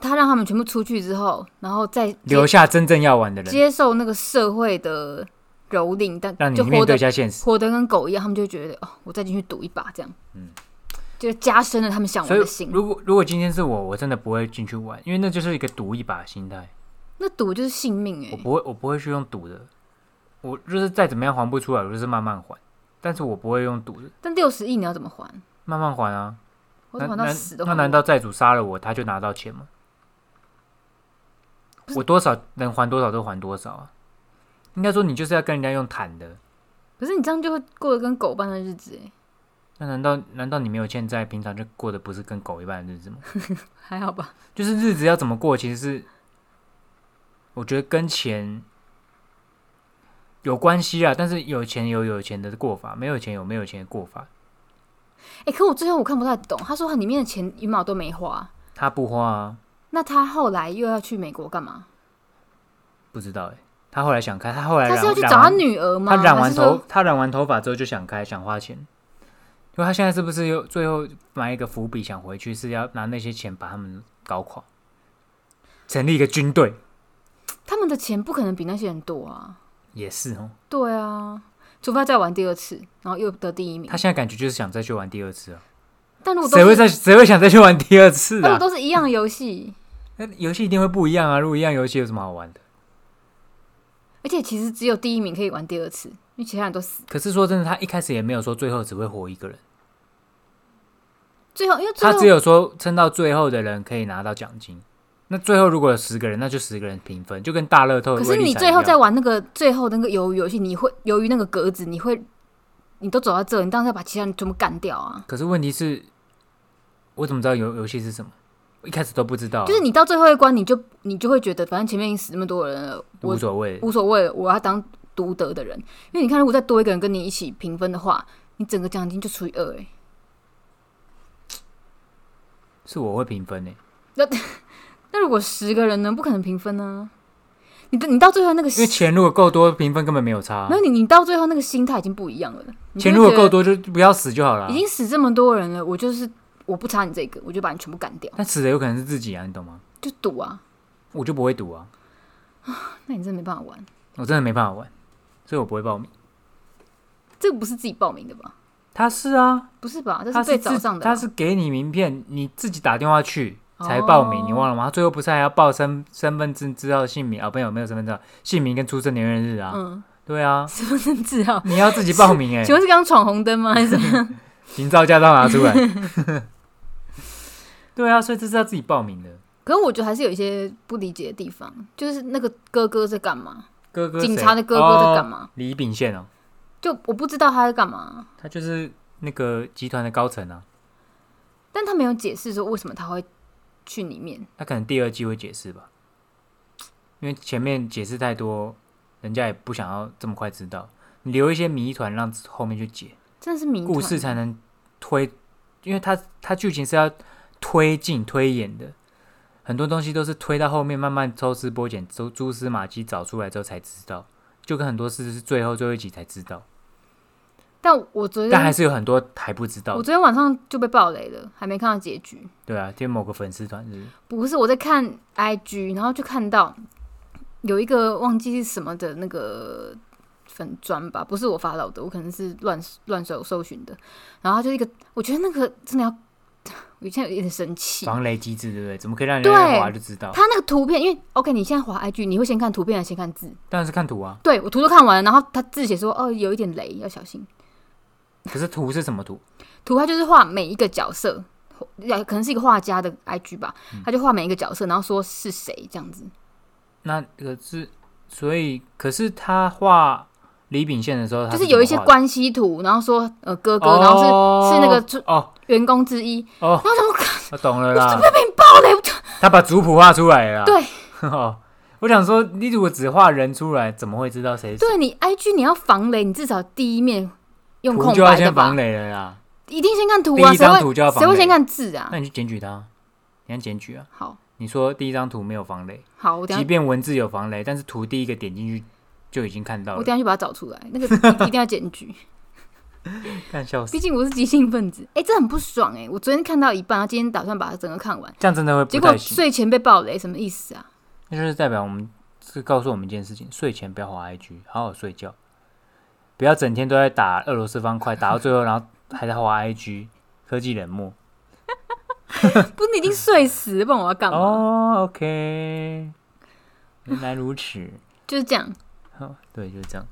Speaker 2: 他让他们全部出去之后，然后再
Speaker 1: 留
Speaker 2: 接
Speaker 1: 下真正要玩的人，
Speaker 2: 接受那个社会的蹂躏，
Speaker 1: 让
Speaker 2: 但
Speaker 1: 你
Speaker 2: 就
Speaker 1: 面
Speaker 2: 活
Speaker 1: 对一
Speaker 2: 得
Speaker 1: 下现实。
Speaker 2: 活得跟狗一样，他们就觉得哦，我再进去赌一把这样，
Speaker 1: 嗯
Speaker 2: 就加深了他们想
Speaker 1: 所
Speaker 2: 玩
Speaker 1: 以
Speaker 2: 的心。
Speaker 1: 如果如果今天是我，我真的不会进去玩，因为那就是一个赌一把的心态。
Speaker 2: 那赌就是性命哎、
Speaker 1: 我不会，我不会去用赌的。我就是再怎么样还不出来，我就是慢慢还。但是我不会用赌的，
Speaker 2: 但六十亿你要怎么还？
Speaker 1: 慢慢还啊。
Speaker 2: 我
Speaker 1: 那
Speaker 2: 怎么还到
Speaker 1: 难
Speaker 2: 死都还
Speaker 1: 那
Speaker 2: 不完
Speaker 1: 难道债主杀了我，他就拿到钱吗？我多少能还多少就还多少啊。应该说你就是要跟人家用谈的。
Speaker 2: 可是你这样就会过得跟狗般的日子哎、
Speaker 1: 那难道难道你没有欠债，平常就过得不是跟狗一般的日子吗？
Speaker 2: 还好吧？
Speaker 1: 就是日子要怎么过，其实是我觉得跟钱有关系啊。但是有钱有有钱的过法，没有钱有没有钱的过法。
Speaker 2: 哎、可我最后我看不太懂，他说他里面的钱一毛都没花，
Speaker 1: 他不花啊，
Speaker 2: 那他后来又要去美国干嘛？
Speaker 1: 不知道哎、他后来想开，他哎后来
Speaker 2: 他
Speaker 1: 染
Speaker 2: 是要去
Speaker 1: 染
Speaker 2: 找他
Speaker 1: 完
Speaker 2: 女儿吗？
Speaker 1: 他染
Speaker 2: 还
Speaker 1: 完
Speaker 2: 是说
Speaker 1: 头，他染完头发之后就想开，想花钱。因为他现在是不是又最后埋一个伏笔，想回去是要拿那些钱把他们搞垮，成立一个军队
Speaker 2: 他们的钱不可能比那些人多啊。
Speaker 1: 也是哦。
Speaker 2: 对啊，除非他再玩第二次，然后又得第一名
Speaker 1: 他。现在感觉就是想再去玩第二次啊，
Speaker 2: 但如果都
Speaker 1: 谁会
Speaker 2: 是，
Speaker 1: 再谁会想再去玩第二次
Speaker 2: 但如果
Speaker 1: 啊？
Speaker 2: 都是一样的游戏，
Speaker 1: 那游戏一定会不一样啊！如果一样游戏有什么好玩的？
Speaker 2: 而且其实只有第一名可以玩第二次，因为其他人都死。
Speaker 1: 可是说真的，他一开始也没有说最后只会活一个人，
Speaker 2: 最后因为最
Speaker 1: 他
Speaker 2: 后
Speaker 1: 只有说撑到最后的人可以拿到奖金。那最后如果有十个人，那就十个人平分，就跟大乐透。
Speaker 2: 可是你最后再玩那个最后的那个鱿鱼游戏，你会由于那个格子，你会你都走到这，你当然要把其他人全部干掉啊。
Speaker 1: 可是问题是，我怎么知道游游戏是什么？我一开始都不知道啊、
Speaker 2: 就是你到最后一关，你就你就会觉得，反正前面已经死那么多人了，我
Speaker 1: 无所谓。
Speaker 2: 无所谓，我要当独得的人。因为你看，如果再多一个人跟你一起平分的话，你整个奖金就除以二、欸，
Speaker 1: 是我会评分呢、欸
Speaker 2: 那如果十个人呢？不可能平分呢、你的你到最后那个
Speaker 1: 因为
Speaker 2: 心，
Speaker 1: 钱如果够多，评分根本没有差啊、
Speaker 2: 没有你，你到最后那个心态已经不一样了。你就
Speaker 1: 钱
Speaker 2: 会
Speaker 1: 如果
Speaker 2: 觉
Speaker 1: 够
Speaker 2: 得，
Speaker 1: 多，就就不要死就好了啊、
Speaker 2: 已经死这么多人了，我就是我不差你这个，我就把你全部干掉，
Speaker 1: 但死的有可能是自己啊，你懂吗？
Speaker 2: 就赌啊！
Speaker 1: 我就不会赌啊，
Speaker 2: 那你真的没办法玩，
Speaker 1: 我真的没办法玩，所以我不会报名。
Speaker 2: 这个不是自己报名的吧？
Speaker 1: 他是啊，
Speaker 2: 不是吧？这
Speaker 1: 他
Speaker 2: 是最
Speaker 1: 自
Speaker 2: 早上的吧，
Speaker 1: 他是给你名片，你自己打电话去才报名，
Speaker 2: 哦
Speaker 1: 你忘了吗？他最后不是还要报身身份证资料、姓名啊？没有没有身份证，姓名跟出生年月日啊？
Speaker 2: 嗯，
Speaker 1: 对啊，
Speaker 2: 身份 证字号。
Speaker 1: 你要自己报 名哎、
Speaker 2: 请问是刚刚闯红灯吗？还是什 么？
Speaker 1: 行照驾照拿出来。 对啊，所以这是要自己报名的。
Speaker 2: 可是我觉得还是有一些不理解的地方，就是那个哥哥在干嘛？
Speaker 1: 哥哥谁，
Speaker 2: 警察的哥哥在干
Speaker 1: 哦？
Speaker 2: 嘛？
Speaker 1: 李秉宪哦，
Speaker 2: 就我不知道他在干嘛，
Speaker 1: 他就是那个集团的高层啊。
Speaker 2: 但他没有解释说为什么他会去里面。
Speaker 1: 他可能第二季会解释吧，因为前面解释太多，人家也不想要这么快知道，你留一些谜团让后面去解，
Speaker 2: 真的是谜团
Speaker 1: 故事才能推，因为它它剧情是要推进推演的，很多东西都是推到后面慢慢抽丝剥茧，蛛蛛丝马迹找出来之后才知道，就跟很多事是最后最后一集才知道，
Speaker 2: 但我昨
Speaker 1: 但还
Speaker 2: 天
Speaker 1: 是有很多还不知道
Speaker 2: 嗯我
Speaker 1: 的，
Speaker 2: 昨天晚上就被爆雷了，还没看到结局。
Speaker 1: 对啊，就某个粉丝团是不是
Speaker 2: 不是我在看 IG，然后就看到有一个忘记是什么的那个粉砖吧，不是我发到的，我可能是乱乱搜搜寻的。然后他就一个，我觉得那个真的要， 我现在有点生气。
Speaker 1: 防雷机制，对不对？怎么可以让人家一
Speaker 2: 对
Speaker 1: 滑就知道？
Speaker 2: 他那个图片，因为 OK，你现在滑 IG，你会先看图片还是先看字？
Speaker 1: 当然是看图啊，
Speaker 2: 对我图都看完了，然后他字写说哦，有一点雷，要小心。
Speaker 1: 可是图是什么图？
Speaker 2: 图他就是画每一个角色，呃可能是一个画家的 IG 吧，他就画每一个角色，然后说是谁这样子。
Speaker 1: 那可是，所以可是他画李秉宪的时候，他
Speaker 2: 就是是有一些
Speaker 1: 怎么画的
Speaker 2: 关系图，然后说呃哥哥，然后是、是那个出
Speaker 1: 哦
Speaker 2: 员工之一，
Speaker 1: 哦，
Speaker 2: 然后我想说
Speaker 1: 我懂了 啦，
Speaker 2: 爆雷，我就
Speaker 1: 他把族谱画出来了啦。
Speaker 2: 对
Speaker 1: 哦，我想说，你如果只画人出来，怎么会知道谁？
Speaker 2: 对你 IG 你要防雷，你至少第一面用
Speaker 1: 图
Speaker 2: 空
Speaker 1: 就要
Speaker 2: 白的
Speaker 1: 先防
Speaker 2: 吧，
Speaker 1: 雷了啦。
Speaker 2: 一定先看图啊，
Speaker 1: 第一
Speaker 2: 谁
Speaker 1: 张
Speaker 2: 会
Speaker 1: 图就要防雷哎
Speaker 2: 谁会先看字啊
Speaker 1: 那？你去检举他，你要检举啊！
Speaker 2: 好
Speaker 1: 你说第一张图没有防雷，
Speaker 2: 好，我等
Speaker 1: 即
Speaker 2: 一下
Speaker 1: 便文字有防雷，但是图第一个点进去就已经看到
Speaker 2: 我
Speaker 1: 了，
Speaker 2: 等一下去把它找出来，那个 一一定要检举，
Speaker 1: 看笑死
Speaker 2: 毕。竟我是急性分子，哎、这很不爽哎、我昨天看到一半，然后今天打算把它整个看完，
Speaker 1: 这样真的会
Speaker 2: 结
Speaker 1: 不
Speaker 2: 果
Speaker 1: 太行，
Speaker 2: 睡前被爆雷，什么意思啊？
Speaker 1: 那就是代表我们是告诉我们一件事情：睡前不要滑 IG，好好睡觉，不要整天都在打俄罗斯方块，打到最后然后还在滑 IG，科技冷漠。
Speaker 2: 不是你一定睡死，不然我要干嘛？
Speaker 1: 哦，OK，原来如此。
Speaker 2: 就是这样，
Speaker 1: 好，对，就是这样。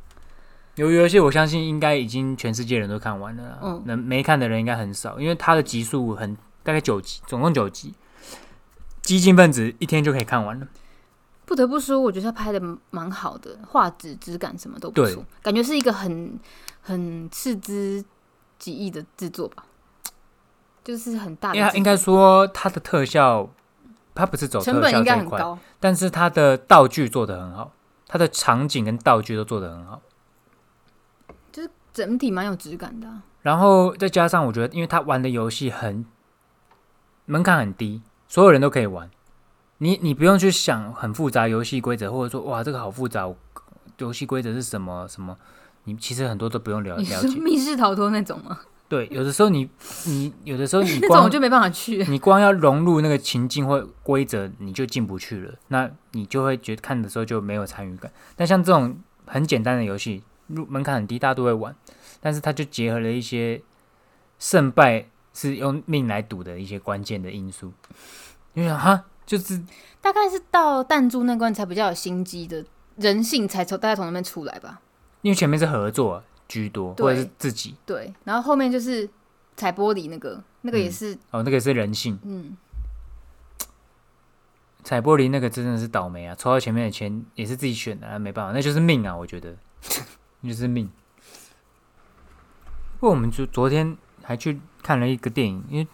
Speaker 1: 由于游戏，我相信应该已经全世界人都看完了啦。
Speaker 2: 嗯
Speaker 1: 能没看的人应该很少，因为它的集数很大概九集，总共九集。激进分子一天就可以看完了。
Speaker 2: 不得不说，我觉得他拍的蛮好的，画质、质感什么都不
Speaker 1: 对
Speaker 2: 错，感觉是一个很很斥资几亿的制作吧，就是很大的制
Speaker 1: 因为
Speaker 2: 作，
Speaker 1: 它应该说它的特效，它不是走
Speaker 2: 成
Speaker 1: 特
Speaker 2: 本
Speaker 1: 效
Speaker 2: 应该
Speaker 1: 这一
Speaker 2: 很
Speaker 1: 块，
Speaker 2: 高。
Speaker 1: 但是它的道具做得很好，它的场景跟道具都做得很好。
Speaker 2: 整体蛮有质感的啊、
Speaker 1: 然后再加上，我觉得因为他玩的游戏很门槛很低，所有人都可以玩。你你不用去想很复杂游戏规则，或者说哇这个好复杂，我游戏规则是什么什么，你其实很多都不用了
Speaker 2: 你
Speaker 1: 了
Speaker 2: 说
Speaker 1: 解。
Speaker 2: 密室逃脱那种吗？
Speaker 1: 对，有的时候你你有的时 候你
Speaker 2: 那种
Speaker 1: 光
Speaker 2: 我就没办法去。
Speaker 1: 你光要融入那个情境或规则，你就进不去了，那你就会觉得看的时候就没有参与感。但像这种很简单的游戏，入门槛很低，大家都会玩，但是它就结合了一些胜败是用命来赌的一些关键的因素。你就想哈，就是
Speaker 2: 大概是到弹珠那关才比较有心机的人性，才从大概从那边出来吧。
Speaker 1: 因为前面是合作啊居多，
Speaker 2: 对
Speaker 1: 或者是自己
Speaker 2: 对，然后后面就是踩玻璃那个，那个也是，
Speaker 1: 哦，那个是人性。
Speaker 2: 嗯，
Speaker 1: 踩玻璃那个真的是倒霉啊，抽到前面的钱也是自己选的、啊，没办法，那就是命啊，我觉得，那就是命。不过我们昨昨天还去看了一个电影，因为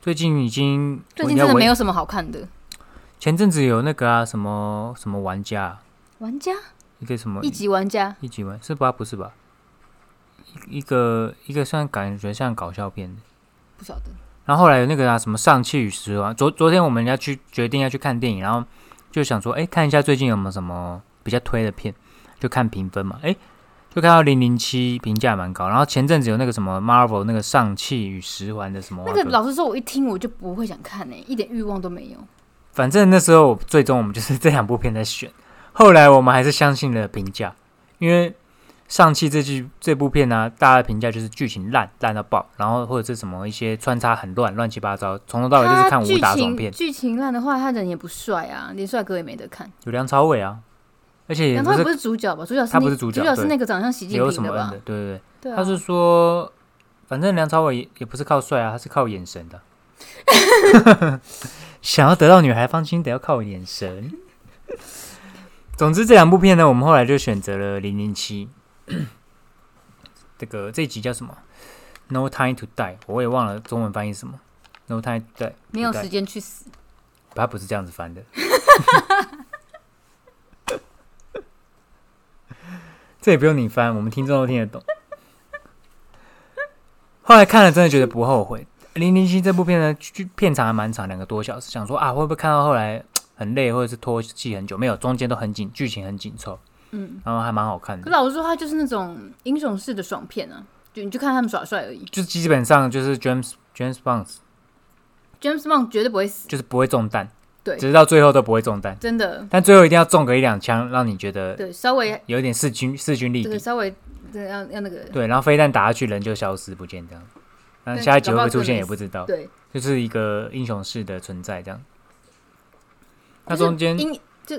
Speaker 1: 最近已经
Speaker 2: 最近真的没有什么好看的。
Speaker 1: 前阵子有那个啊什么什么玩家
Speaker 2: 玩家
Speaker 1: 一个什么
Speaker 2: 一级玩家，
Speaker 1: 一集玩是吧？不是吧？一一个一个算感觉像搞笑片的，
Speaker 2: 不晓得。
Speaker 1: 然后后来有那个啊，什么《上气与死亡》，昨昨天我们要去决定要去看电影，然后就想说，哎，看一下最近有没有什么比较推的片，就看评分嘛，哎，就看到零零七评价蛮高，然后前阵子有那个什么 Marvel 那个《上气与十环》的什么，
Speaker 2: 那个老实说，我一听我就不会想看呢、一点欲望都没有。
Speaker 1: 反正那时候最终我们就是这两部片在选，后来我们还是相信了评价，因为《上汽这剧这部片呢、啊大家的评价就是剧情烂烂到爆，然后或者是什么一些穿插很乱乱七八糟，从头到尾就是看
Speaker 2: 他
Speaker 1: 武
Speaker 2: 剧
Speaker 1: 打爽片
Speaker 2: 情。剧情烂的话，他人也不帅啊，连帅哥也没得看。
Speaker 1: 有梁朝伟啊，而且也
Speaker 2: 梁
Speaker 1: 不
Speaker 2: 朝伟
Speaker 1: 是
Speaker 2: 不是主角吧？主角是
Speaker 1: 他不
Speaker 2: 那
Speaker 1: 是主角
Speaker 2: 是
Speaker 1: 对
Speaker 2: 那个长得像习近
Speaker 1: 刘
Speaker 2: 平
Speaker 1: 什
Speaker 2: 的
Speaker 1: 么恩
Speaker 2: 吧
Speaker 1: 的，？对对对，
Speaker 2: 对啊，
Speaker 1: 他是说，反正梁朝伟也也不是靠帅啊，他是靠眼神的。 想要得到女孩芳心，得要靠眼神。总之，这两部片呢，我们后来就选择了《零零七》，这个这一集叫什么？No Time to Die，我也忘了中文翻译是什么。No Time to Die，
Speaker 2: 没有
Speaker 1: 对
Speaker 2: 时间去死。
Speaker 1: 它不是这样子翻的。 这也不用你翻，我们听众都听得懂。后来看了，真的觉得不后悔。零零七这部片呢，剧片长还蛮长，两个多小时。想说啊，会不会看到后来很累，或者是拖戏很久？没有，中间都很紧，剧情很紧凑，
Speaker 2: 嗯，
Speaker 1: 然后还蛮好看
Speaker 2: 可
Speaker 1: 的。
Speaker 2: 老实说，他就是那种英雄式的爽片啊，就你就看他们耍帅而已。
Speaker 1: 就基本上就是 James James Bond，
Speaker 2: James Bond 绝对不会死，
Speaker 1: 就是不会中弹，
Speaker 2: 对
Speaker 1: 直到最后都不会中弹，
Speaker 2: 真的。
Speaker 1: 但最后一定要中个一两枪，让你觉得
Speaker 2: 对，稍微
Speaker 1: 有一点势均势均力敌
Speaker 2: 对，。稍微真的要要那个
Speaker 1: 对，然后飞弹打下去，人就消失不见这样。那
Speaker 2: 对
Speaker 1: 下一集会
Speaker 2: 搞不
Speaker 1: 不
Speaker 2: 好
Speaker 1: 会出
Speaker 2: 真的
Speaker 1: 现也
Speaker 2: 是
Speaker 1: 不知道，
Speaker 2: 对。
Speaker 1: 就是一个英雄式的存在这样。那
Speaker 2: 就是
Speaker 1: 中间，
Speaker 2: 英就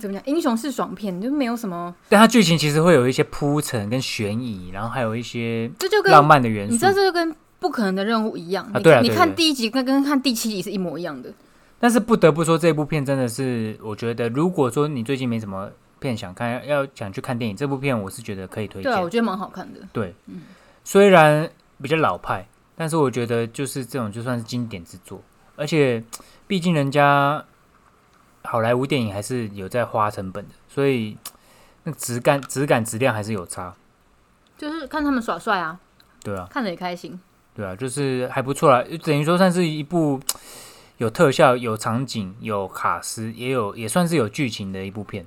Speaker 2: 怎么讲，英雄式爽片就没有什么，
Speaker 1: 但它剧情其实会有一些铺陈跟悬疑，然后还有一些
Speaker 2: 这就跟
Speaker 1: 浪漫的元
Speaker 2: 你知
Speaker 1: 素
Speaker 2: 道，这就跟不可能的任务一样。你
Speaker 1: 对啊
Speaker 2: 看你
Speaker 1: 对
Speaker 2: 看
Speaker 1: 对
Speaker 2: 第一集跟跟看第七集是一模一样的。
Speaker 1: 但是不得不说，这部片真的是，我觉得如果说你最近没什么片想看，要想去看电影，这部片我是觉得可以推
Speaker 2: 对啊，我
Speaker 1: 荐。
Speaker 2: 觉得蛮好看的。
Speaker 1: 对，虽然比较老派，但是我觉得就是这种就算是经典之作，而且毕竟人家好莱坞电影还是有在花成本的，所以那个质感、质感、质量还是有差。
Speaker 2: 就是看他们耍帅啊，
Speaker 1: 对啊，
Speaker 2: 看着也开心。
Speaker 1: 对啊，就是还不错啦，等于说算是一部有特效、有场景、有卡司，也有也算是有剧情的一部片。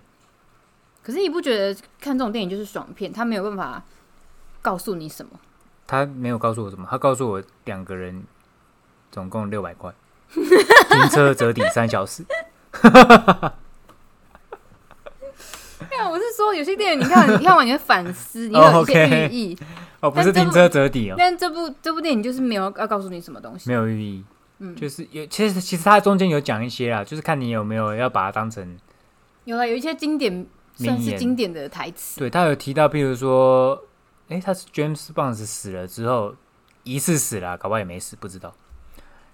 Speaker 2: 可是你不觉得看这种电影就是爽片，他没有办法告诉你 什么？
Speaker 1: 他没有告诉我什么，他告诉我两个人总共六百块，停车折抵三小时。
Speaker 2: 对啊，我是说有些电影你看 你看完你会反思，你会
Speaker 1: 哦
Speaker 2: 有一些
Speaker 1: OK
Speaker 2: 寓意。
Speaker 1: 哦，不是
Speaker 2: 但这
Speaker 1: 停
Speaker 2: 部
Speaker 1: 车折抵哦，
Speaker 2: 但这部这部电影就是没有要告诉你什么东西
Speaker 1: 没。有寓意。
Speaker 2: 嗯，
Speaker 1: 就是有，其实其实它中间有讲一些啦，就是看你有没有要把它当成，
Speaker 2: 有啦，有一些经典
Speaker 1: 名言
Speaker 2: 算是经典的台词。
Speaker 1: 对他有提到，譬如说，诶，他是 James Bond 死了之后，疑似死了啊，搞不好也没死，不知道。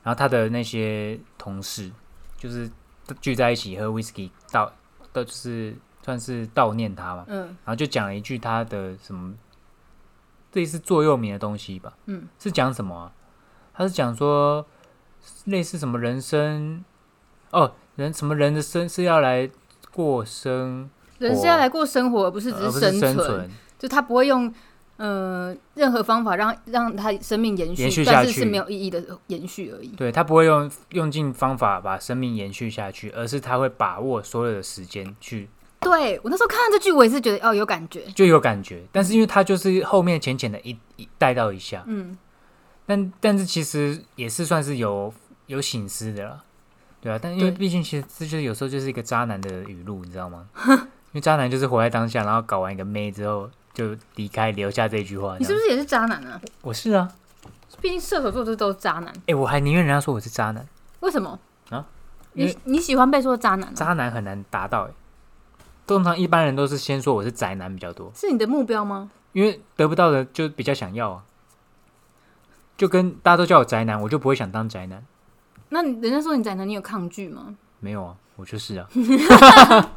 Speaker 1: 然后他的那些同事就是聚在一起喝 whisky 悼，到就是算是悼念他嘛，
Speaker 2: 嗯，
Speaker 1: 然后就讲了一句他的什么，这是座右铭的东西吧？
Speaker 2: 嗯，
Speaker 1: 是讲什么啊？他是讲说类似什么人生哦，人什么人的生是要来过生，
Speaker 2: 人是
Speaker 1: 活
Speaker 2: 要来过生呃活，而不是只
Speaker 1: 而不
Speaker 2: 是
Speaker 1: 是生
Speaker 2: 存。
Speaker 1: 存。
Speaker 2: 就他不会用呃任何方法让让他生命延续，
Speaker 1: 延续下
Speaker 2: 但
Speaker 1: 去
Speaker 2: 是是没有意义的延续而已。
Speaker 1: 对他不会用用尽方法把生命延续下去，而是他会把握所有的时间去
Speaker 2: 对我那时候看到这句，我也是觉得哦有感觉，
Speaker 1: 就有感觉。但是因为他就是后面浅浅的一一带到一下，
Speaker 2: 嗯，
Speaker 1: 但但是其实也是算是有有醒思的啦，对啊。但因为
Speaker 2: 对
Speaker 1: 毕竟其实这就是有时候就是一个渣男的语录，你知道吗？ 因为渣男就是活在当下，然后搞完一个妹之后就离开，留下这句话。
Speaker 2: 你是
Speaker 1: 这
Speaker 2: 不
Speaker 1: 样
Speaker 2: 是也是渣男啊？
Speaker 1: 我是啊，
Speaker 2: 毕竟射手座这都是渣男，
Speaker 1: 哎、我还宁愿人家说我是渣男，
Speaker 2: 为什么
Speaker 1: 啊？因为
Speaker 2: 你你喜欢被说渣男、啊？
Speaker 1: 渣男很难达到、欸。通常一般人都是先说我是宅男比较多，
Speaker 2: 是你的目标吗？
Speaker 1: 因为得不到的就比较想要啊。就跟大家都叫我宅男，我就不会想当宅男。
Speaker 2: 那你人家说你宅男，你有抗拒吗？
Speaker 1: 没有啊，我就是啊。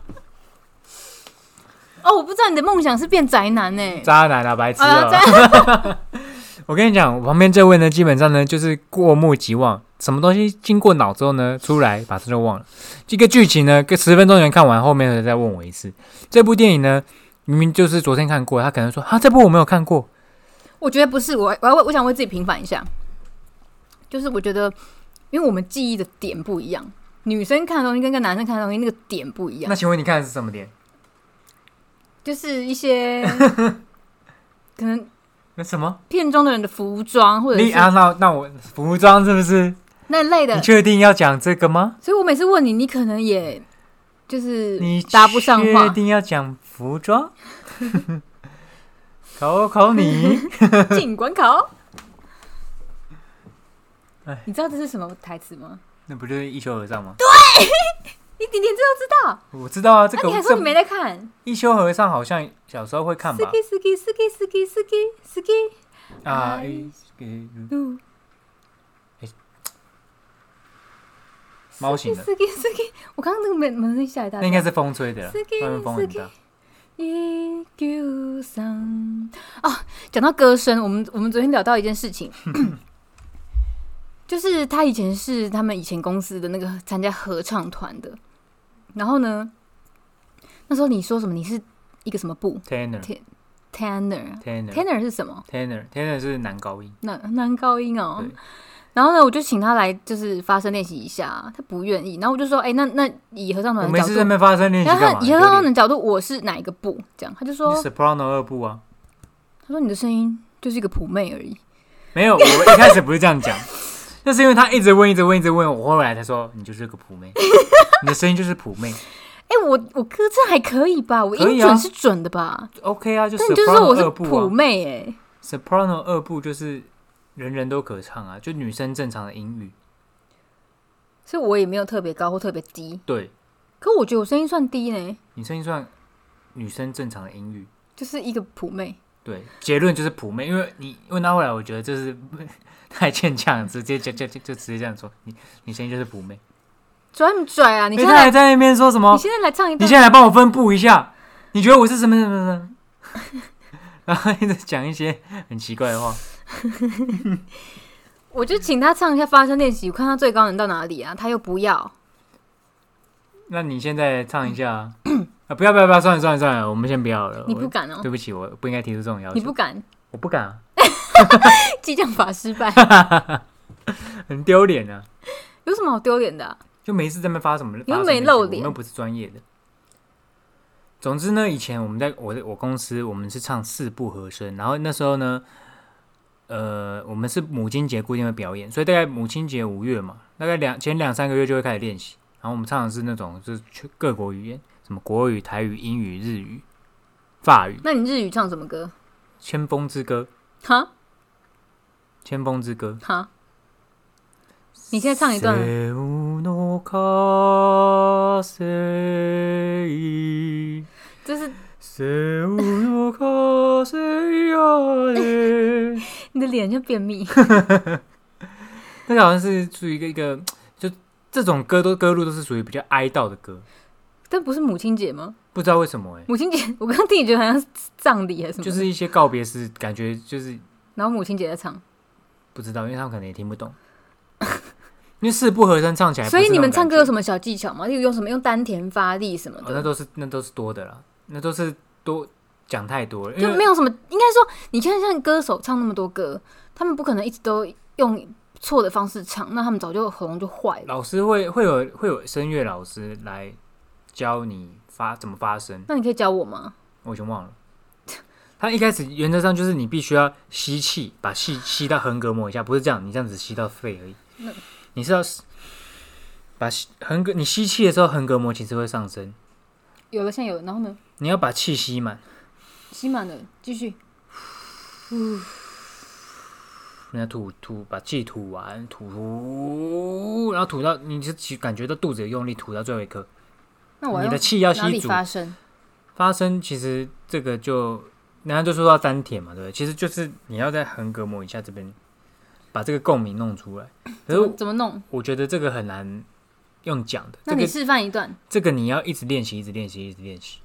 Speaker 2: 哦，我不知道你的梦想是变宅男呢、
Speaker 1: 渣男啊，白痴
Speaker 2: 啊
Speaker 1: 啊！
Speaker 2: 渣
Speaker 1: 我跟你讲，我旁边这位呢，基本上呢就是过目即忘，什么东西经过脑之后呢，出来马上就忘了。这个剧情呢，跟十分钟前看完，后面的再问我一次。这部电影呢，明明就是昨天看过，他可能说啊，这部我没有看过，
Speaker 2: 我觉得不是，我我要为我想为自己平反一下，就是我觉得，因为我们记忆的点不一样，女生看的东西跟跟男生看的东西那个点不一样
Speaker 1: 那，请问你看的是什么点？
Speaker 2: 就是 一些可能
Speaker 1: 那什么？
Speaker 2: 片中的人的服装或者
Speaker 1: 你
Speaker 2: 是
Speaker 1: 啊，那那我服装是不是？
Speaker 2: 那类
Speaker 1: 你
Speaker 2: 的，
Speaker 1: 确定要讲这个吗？
Speaker 2: 所以我每次问你，你可能也就是
Speaker 1: 你
Speaker 2: 答不上
Speaker 1: 确
Speaker 2: 话。
Speaker 1: 定要讲服装？考考你，
Speaker 2: 尽管考。
Speaker 1: 哎
Speaker 2: 你知道这是什么台词吗？
Speaker 1: 那不就是一休和尚吗？
Speaker 2: 你点点这都知道，
Speaker 1: 我知道啊，这
Speaker 2: 那、
Speaker 1: 个
Speaker 2: 你还说
Speaker 1: 这
Speaker 2: 你没在看
Speaker 1: 一休和尚好像小时候会看吧？
Speaker 2: ？Ski ski ski ski ski ski
Speaker 1: 啊，
Speaker 2: 哎
Speaker 1: 一嗯
Speaker 2: ski，
Speaker 1: 猫型的，
Speaker 2: ski ski，我刚刚那个门门声吓一大
Speaker 1: 那
Speaker 2: 跳
Speaker 1: 应。该是风吹的啦，
Speaker 2: Suki，
Speaker 1: 外面风很大
Speaker 2: Suki。一九三哦，讲到歌声，我们我们昨天聊到一件事 情，就是他以前是他们以前公司的那个参加合唱团的，然后呢，那时候你说什么？你是一个什么部
Speaker 1: Tenor，Tenor，Tenor，Tenor
Speaker 2: ？tenor，tenor 是什么？
Speaker 1: Tenor Tenor 是男高音，
Speaker 2: 男男高音哦
Speaker 1: 对。
Speaker 2: 然后呢，我就请他来，就是发声练习一下，啊他不愿意。然后我就说，哎、那那以合唱
Speaker 1: 我
Speaker 2: 团的
Speaker 1: 没
Speaker 2: 角
Speaker 1: 事在那
Speaker 2: 度，
Speaker 1: 边发声练习
Speaker 2: 哦然后
Speaker 1: 干嘛？
Speaker 2: 他以
Speaker 1: 有
Speaker 2: 合唱团
Speaker 1: 点
Speaker 2: 的角度，我是哪一个部？这样，他就说
Speaker 1: 你 Soprano 二部啊？
Speaker 2: 他说你的声音就是一个普妹而已。
Speaker 1: 没有，我一开始不是这样讲， 那是因为他一直问，一直问，一直问，我后来才说你就是个 普妹，你的声音就是普妹
Speaker 2: 哎、我我歌这还可以吧？我
Speaker 1: 可以
Speaker 2: 音
Speaker 1: 啊
Speaker 2: 准是准的吧？
Speaker 1: ，OK 啊，就
Speaker 2: 但你就是说
Speaker 1: Soprano
Speaker 2: 我是
Speaker 1: 二部
Speaker 2: 普
Speaker 1: 啊
Speaker 2: 妹哎、
Speaker 1: ，Soprano 二部就是人人都可唱啊，就女生正常的音域，
Speaker 2: 所以我也没有特别高或特别低。
Speaker 1: 对
Speaker 2: 可我觉得我声音算低呢、
Speaker 1: 你声音算女生正常的音域。
Speaker 2: 就是一个普妹。
Speaker 1: 对，结论就是普妹，因为你问他后来，我觉得这是太欠呛，直接就就就就直接这样说，你你声音就是普妹。
Speaker 2: 拽不拽啊？你
Speaker 1: 你
Speaker 2: 现
Speaker 1: 他
Speaker 2: 在
Speaker 1: 还
Speaker 2: 来，
Speaker 1: 在那边说什
Speaker 2: 你
Speaker 1: 么？
Speaker 2: 现在来唱一
Speaker 1: 你
Speaker 2: 段。
Speaker 1: 现在来帮我分布一下，你觉得我是什么什么什么？ 然后一直讲一些很奇怪的话，
Speaker 2: 我就请他唱一下发声练习，我看他最高能到哪里啊？他又不要。
Speaker 1: 那你现在唱一下 啊！啊不要不要不要，算了算了算了，我们先不要了。
Speaker 2: 你不
Speaker 1: 呃我
Speaker 2: 敢哦、
Speaker 1: 对不啊起，我不应该提出这种要求。
Speaker 2: 你不敢，
Speaker 1: 我不敢、啊，
Speaker 2: 激将法失 败，
Speaker 1: 很丢脸啊！
Speaker 2: 有什么好丢脸的啊、
Speaker 1: 就每次在那边发什么，
Speaker 2: 你
Speaker 1: 发
Speaker 2: 又
Speaker 1: 什么
Speaker 2: 没
Speaker 1: 脸
Speaker 2: 露
Speaker 1: 我
Speaker 2: 脸
Speaker 1: 们又不是专业的。总之呢，以前我们在我的我公司，我们是唱四部和声，然后那时候呢，呃，我们是母亲节固定会表演，所以大概母亲节五月嘛，大概两前两三个月就会开始练习。然后我们唱的是那种就是全各国语言，什么国语、台语、英语、日语、法语，《
Speaker 2: 那你日语唱什么歌？
Speaker 1: 千峰之歌》
Speaker 2: 哈
Speaker 1: 《千峰之歌》。
Speaker 2: 哈，你现在唱一段啊。
Speaker 1: 背の風
Speaker 2: 这是
Speaker 1: 背の風よね
Speaker 2: 你的脸就便秘。
Speaker 1: 那个好像是属于一个一个，就这种歌都歌路都是属于比较哀悼的歌，
Speaker 2: 但不是母亲节吗？
Speaker 1: 不知道为什么哎、
Speaker 2: 母亲节，我刚刚听你觉得好像是葬礼还是什么的，
Speaker 1: 就是一些告别式，感觉就是
Speaker 2: 然后母亲节在唱，
Speaker 1: 不知道，因为他们可能也听不懂，因为四部和声唱起来，
Speaker 2: 所以你们唱歌有
Speaker 1: 么？
Speaker 2: 什么小技巧吗？例如用什么用丹田发力什么
Speaker 1: 哦，那
Speaker 2: 的，
Speaker 1: 都是那都是多的啦，那都是多讲太多了，因
Speaker 2: 就
Speaker 1: 为
Speaker 2: 没有什么。应该说，你看像歌手唱那么多歌，他们不可能一直都用错的方式唱，那他们早就喉咙就坏了。
Speaker 1: 老师会会有会有声乐老师来教你发怎么发声，
Speaker 2: 那你可以教我吗？
Speaker 1: 我已经忘了。 他一开始原则上就是你必须要吸气，把气吸到横膈膜以下，不是这样，你这样子吸到肺而已。你是要把吸横膈，你吸气的时候横膈膜其实会上升，
Speaker 2: 有了，现在有了，然后呢？
Speaker 1: 你要把气吸满，
Speaker 2: 吸满了，继续。
Speaker 1: 你要吐吐，把气吐完，吐，然后吐到你是感觉到肚子有用力，吐到最后一颗，
Speaker 2: 那我要
Speaker 1: 你的
Speaker 2: 用
Speaker 1: 气要
Speaker 2: 哪里
Speaker 1: 吸足，
Speaker 2: 发声？
Speaker 1: 发声其实这个就，然后就说到丹田嘛，对不对？其实就是你要在横膈膜以下这边把这个共鸣弄出来。可
Speaker 2: 怎么
Speaker 1: 是
Speaker 2: 怎么弄？
Speaker 1: 我觉得这个很难用讲的，
Speaker 2: 那
Speaker 1: 这
Speaker 2: 你
Speaker 1: 个
Speaker 2: 示范一段。
Speaker 1: 这个你要一直练习，一直练习，一直练习。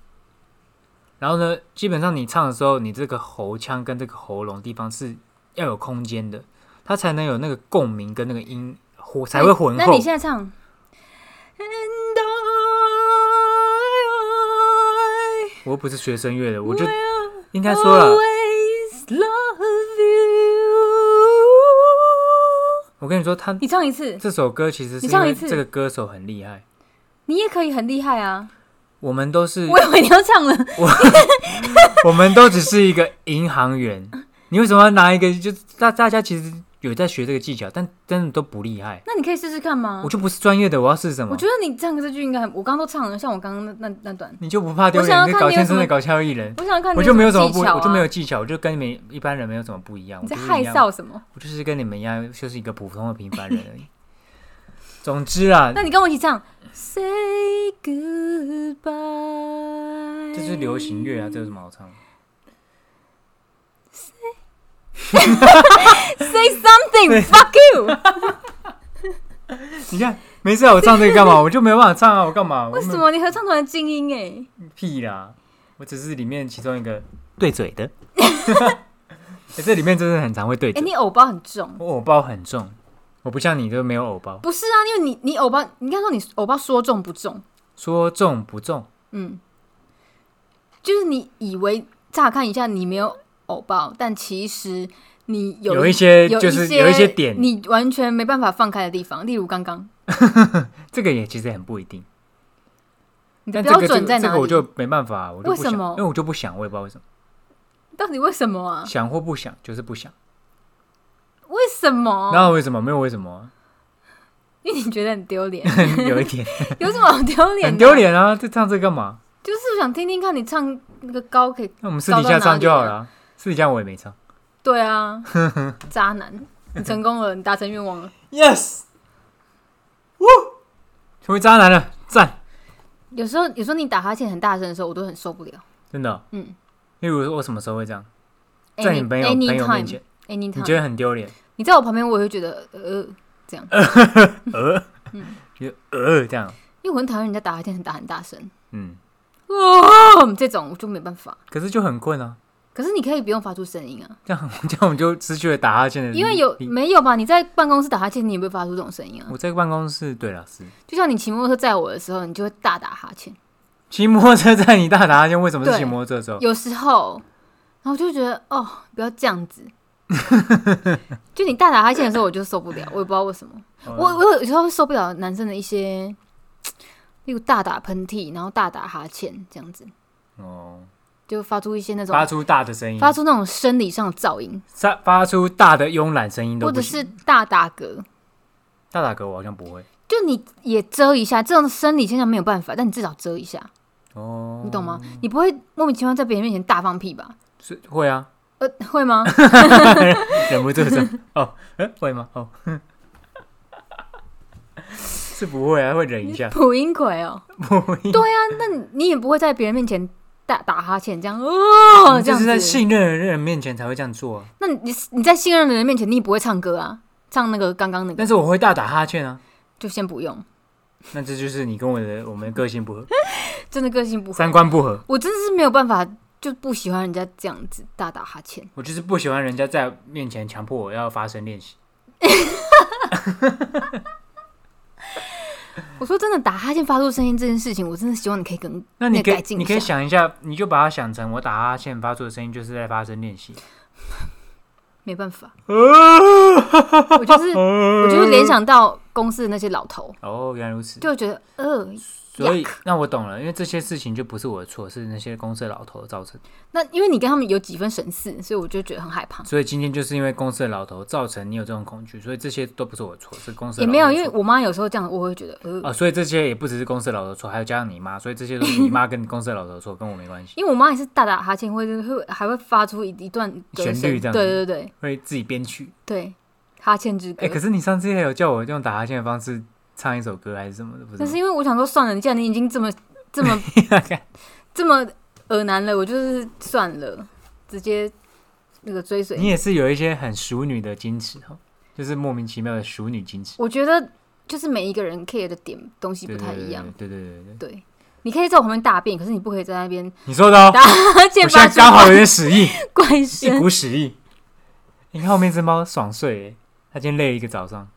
Speaker 1: 然后呢，基本上你唱的时候，你这个喉腔跟这个喉咙地方是要有空间的，它才能有那个共鸣跟那个音，火才会浑
Speaker 2: 哎那
Speaker 1: 厚
Speaker 2: 你。现在唱。
Speaker 1: 我又不是学声乐的，我
Speaker 2: 啊
Speaker 1: 就应该说了。我跟你说，他
Speaker 2: 你唱一次，
Speaker 1: 这首歌其实是
Speaker 2: 你
Speaker 1: 因
Speaker 2: 唱
Speaker 1: 为
Speaker 2: 一次
Speaker 1: 这个歌手很厉害，
Speaker 2: 你也可以很厉害啊！
Speaker 1: 我们都是
Speaker 2: 我以为你要唱了，
Speaker 1: 我们都只是一个银行员。你为什么要拿一个？就是大大家其实有在学这个技巧，但真的都不厉害。
Speaker 2: 那你可以试试看吗
Speaker 1: 我？就不是专业的，我要试什么
Speaker 2: 嗯我？觉得你唱这句应该很，我刚刚都唱了，像我刚刚那那那段，
Speaker 1: 你就不怕丢
Speaker 2: 我想
Speaker 1: 脸？
Speaker 2: 要
Speaker 1: 你
Speaker 2: 看
Speaker 1: 搞
Speaker 2: 你有
Speaker 1: 先
Speaker 2: 什
Speaker 1: 生
Speaker 2: 么
Speaker 1: 的搞笑艺人，
Speaker 2: 我想要看你
Speaker 1: 我就没有什么
Speaker 2: 么
Speaker 1: 不，
Speaker 2: 技巧啊
Speaker 1: 我就没有技巧，我就跟你们一般人没有什么不一样。嗯
Speaker 2: 你在
Speaker 1: 我就是
Speaker 2: 害
Speaker 1: 一样
Speaker 2: 臊什么？
Speaker 1: 我就是跟你们一样，就是一个普通的平凡人而 已。总之啊，
Speaker 2: 那你跟我一起唱 Say Goodbye，
Speaker 1: 这是流行乐啊，这有什么好 唱？
Speaker 2: Say something fuck you，
Speaker 1: 你看，没事啊，我唱这个干嘛？我就没有办法唱啊，我干嘛？我
Speaker 2: 为什
Speaker 1: 没
Speaker 2: 么你合唱团的精英哎、
Speaker 1: 屁啦？我只是里面其中一个对嘴的。 欸这里面真的很常会对
Speaker 2: 哎、
Speaker 1: 嘴。
Speaker 2: 你偶包很重。
Speaker 1: 我偶包很重，我不像你都没有偶包，
Speaker 2: 不是啊，因为你你偶包，你应该说你偶包说重不重？
Speaker 1: 说重不重？
Speaker 2: 嗯，就是你以为乍看一下你没有偶包，但其实你有
Speaker 1: 有一些
Speaker 2: 有
Speaker 1: 就是
Speaker 2: 些
Speaker 1: 有一些点，
Speaker 2: 你完全没办法放开的地方，例如刚刚
Speaker 1: 这个也其实也很不一定。
Speaker 2: 你的
Speaker 1: 但
Speaker 2: 标
Speaker 1: 这个
Speaker 2: 准在
Speaker 1: 这
Speaker 2: 哪
Speaker 1: 个
Speaker 2: 里？
Speaker 1: 我就没办法，我就不
Speaker 2: 为
Speaker 1: 想，
Speaker 2: 什么
Speaker 1: 因为我就不想，我也不知道为什么，
Speaker 2: 到底为什么啊？
Speaker 1: 想或不想就是不想。
Speaker 2: 为什么？
Speaker 1: 那为什么？没有为什么 啊，
Speaker 2: 因为你觉得很丢脸，
Speaker 1: 有一点
Speaker 2: 有什么好丢脸？
Speaker 1: 很丢，脸啊！这唱这干嘛？
Speaker 2: 就是想听听看你唱那个高可以。
Speaker 1: 那我们私底下唱就好了啊。私底下我也没唱。
Speaker 2: 对啊，渣男，你成功了，你达成愿望了。
Speaker 1: Yes，呜，成为渣男了，赞！
Speaker 2: 有时候，有时候你打哈欠很大声的时候，我都很受不了。
Speaker 1: 真的。
Speaker 2: 嗯。哎
Speaker 1: 例如我什么时候会这样？在你
Speaker 2: Any,
Speaker 1: 朋友朋友面前，
Speaker 2: anytime,
Speaker 1: 你觉
Speaker 2: anytime，
Speaker 1: 得很丢脸，
Speaker 2: 你在我旁边，我也会觉得呃这样，
Speaker 1: 呃，觉得呃这样，
Speaker 2: 因为我很讨厌人家打哈欠很打很大声，
Speaker 1: 嗯，
Speaker 2: 哦，这种我就没办法。
Speaker 1: 可是就很困啊。
Speaker 2: 可是你可以不用发出声音啊，
Speaker 1: 这样这样我们就失去了打哈欠的力，
Speaker 2: 因为有嗯
Speaker 1: 力
Speaker 2: 没有吧？你在办公室打哈欠，你也不会发出这种声音啊。
Speaker 1: 我在办公室，对了是。
Speaker 2: 就像你骑摩托车载我的时候，你就会大打哈欠，
Speaker 1: 骑摩托车在你大打哈欠，为什么是
Speaker 2: 对
Speaker 1: 骑摩托车的时候？
Speaker 2: 有时候，然后我就觉得哦，不要这 样子。就你大打哈欠的时候，我就受不了，我也不知道为什么。
Speaker 1: 嗯
Speaker 2: 我我有时候会受不了男生的一些，例如大打喷嚏，然后大打哈欠这样子，
Speaker 1: 哦，
Speaker 2: 就发出一些那种
Speaker 1: 发出大的声音，
Speaker 2: 嗯发出那种生理上的噪音，
Speaker 1: 发发出大的慵懒声音都
Speaker 2: 或
Speaker 1: 不
Speaker 2: 者
Speaker 1: 行。
Speaker 2: 是大打嗝。
Speaker 1: 大打嗝我好像不会
Speaker 2: 就你也遮一下，这种生理现象没有办法，但你至少遮一下，
Speaker 1: 哦，
Speaker 2: 你懂吗？你不会莫名其妙在别人面前大放屁吧？
Speaker 1: 是会啊，
Speaker 2: 呃，会 吗？
Speaker 1: 忍不住这 样哦，哎、会吗？哦， 是不会啊，会忍一 下，
Speaker 2: 普音鬼哦，
Speaker 1: 不会。
Speaker 2: 对啊，那你你也不会在别人面前大打哈欠这样哦，这
Speaker 1: 嗯就
Speaker 2: 样
Speaker 1: 是在
Speaker 2: 子。
Speaker 1: 信任的人面前才会这样做、啊，
Speaker 2: 那你你在信任的人面前，你也不会唱歌啊，唱那个刚刚那个
Speaker 1: 但是我会大打哈欠啊。
Speaker 2: 就先不用，
Speaker 1: 那这就是你跟我的我们的个性不合，
Speaker 2: 真的个性不合。
Speaker 1: 三观不合。
Speaker 2: 我真的是没有办法，就不喜欢人家这样子大打哈欠。
Speaker 1: 我就是不喜欢人家在面前强迫我要发声练习。
Speaker 2: 我说真的，打哈欠发出声音这件事情，我真的希望你可以跟
Speaker 1: 那你可
Speaker 2: 改
Speaker 1: 以，
Speaker 2: 进
Speaker 1: 你
Speaker 2: 一
Speaker 1: 可以
Speaker 2: 下。
Speaker 1: 想一下，你就把它想成我打哈欠发出的声音就是在发声练习。
Speaker 2: 没办法，
Speaker 1: 我
Speaker 2: 我就是我就会联想到公司的那些老头，
Speaker 1: 哦，原来如此。
Speaker 2: 就会觉得呃，
Speaker 1: 所以那我懂了，因为这些事情就不是我的错，是那些公司的老头造成的。
Speaker 2: 那因为你跟他们有几分神似，所以我就觉得很害怕。
Speaker 1: 所以今天就是因为公司的老头造成你有这种恐惧，所以这些都不是我的错，是公司的
Speaker 2: 也
Speaker 1: 老头
Speaker 2: 没有，
Speaker 1: 的
Speaker 2: 因为
Speaker 1: 啊错
Speaker 2: 我妈有时候这样，我会觉得呃，
Speaker 1: 哦，所以这些也不只是公司的老头错，还有加上你妈，所以这些都是你妈跟公司的老头错，跟我没关系，
Speaker 2: 因为我妈也是大打哈欠，会会还会发出一一段歌声
Speaker 1: 旋律这样子
Speaker 2: 对对对
Speaker 1: 会自己编曲。
Speaker 2: 对，哈欠之歌。
Speaker 1: 哎、可是你上次还有叫我用打哈欠的方式唱一首歌还是什么的，不是
Speaker 2: 但
Speaker 1: 吗
Speaker 2: 是？因为我想说，算了，既然你已经这么这么 这么耳难了，我就是算了，直接那个追
Speaker 1: 你
Speaker 2: 随。
Speaker 1: 也是有一些很熟女的矜持哦，就是莫名其妙的熟女矜持，
Speaker 2: 我觉得就是每一个人 care 的点东西
Speaker 1: 对
Speaker 2: 不太一样。。
Speaker 1: 对对对对对对，
Speaker 2: 对，你可以在我旁边大便，可是你不可以在 那边
Speaker 1: 你说的哦，
Speaker 2: 而且
Speaker 1: 我
Speaker 2: 发
Speaker 1: 现在
Speaker 2: 出
Speaker 1: 刚好有点屎意，
Speaker 2: 怪
Speaker 1: 一
Speaker 2: 声。
Speaker 1: 股屎意。你看后面这猫爽睡耶，它今天累了一个早上。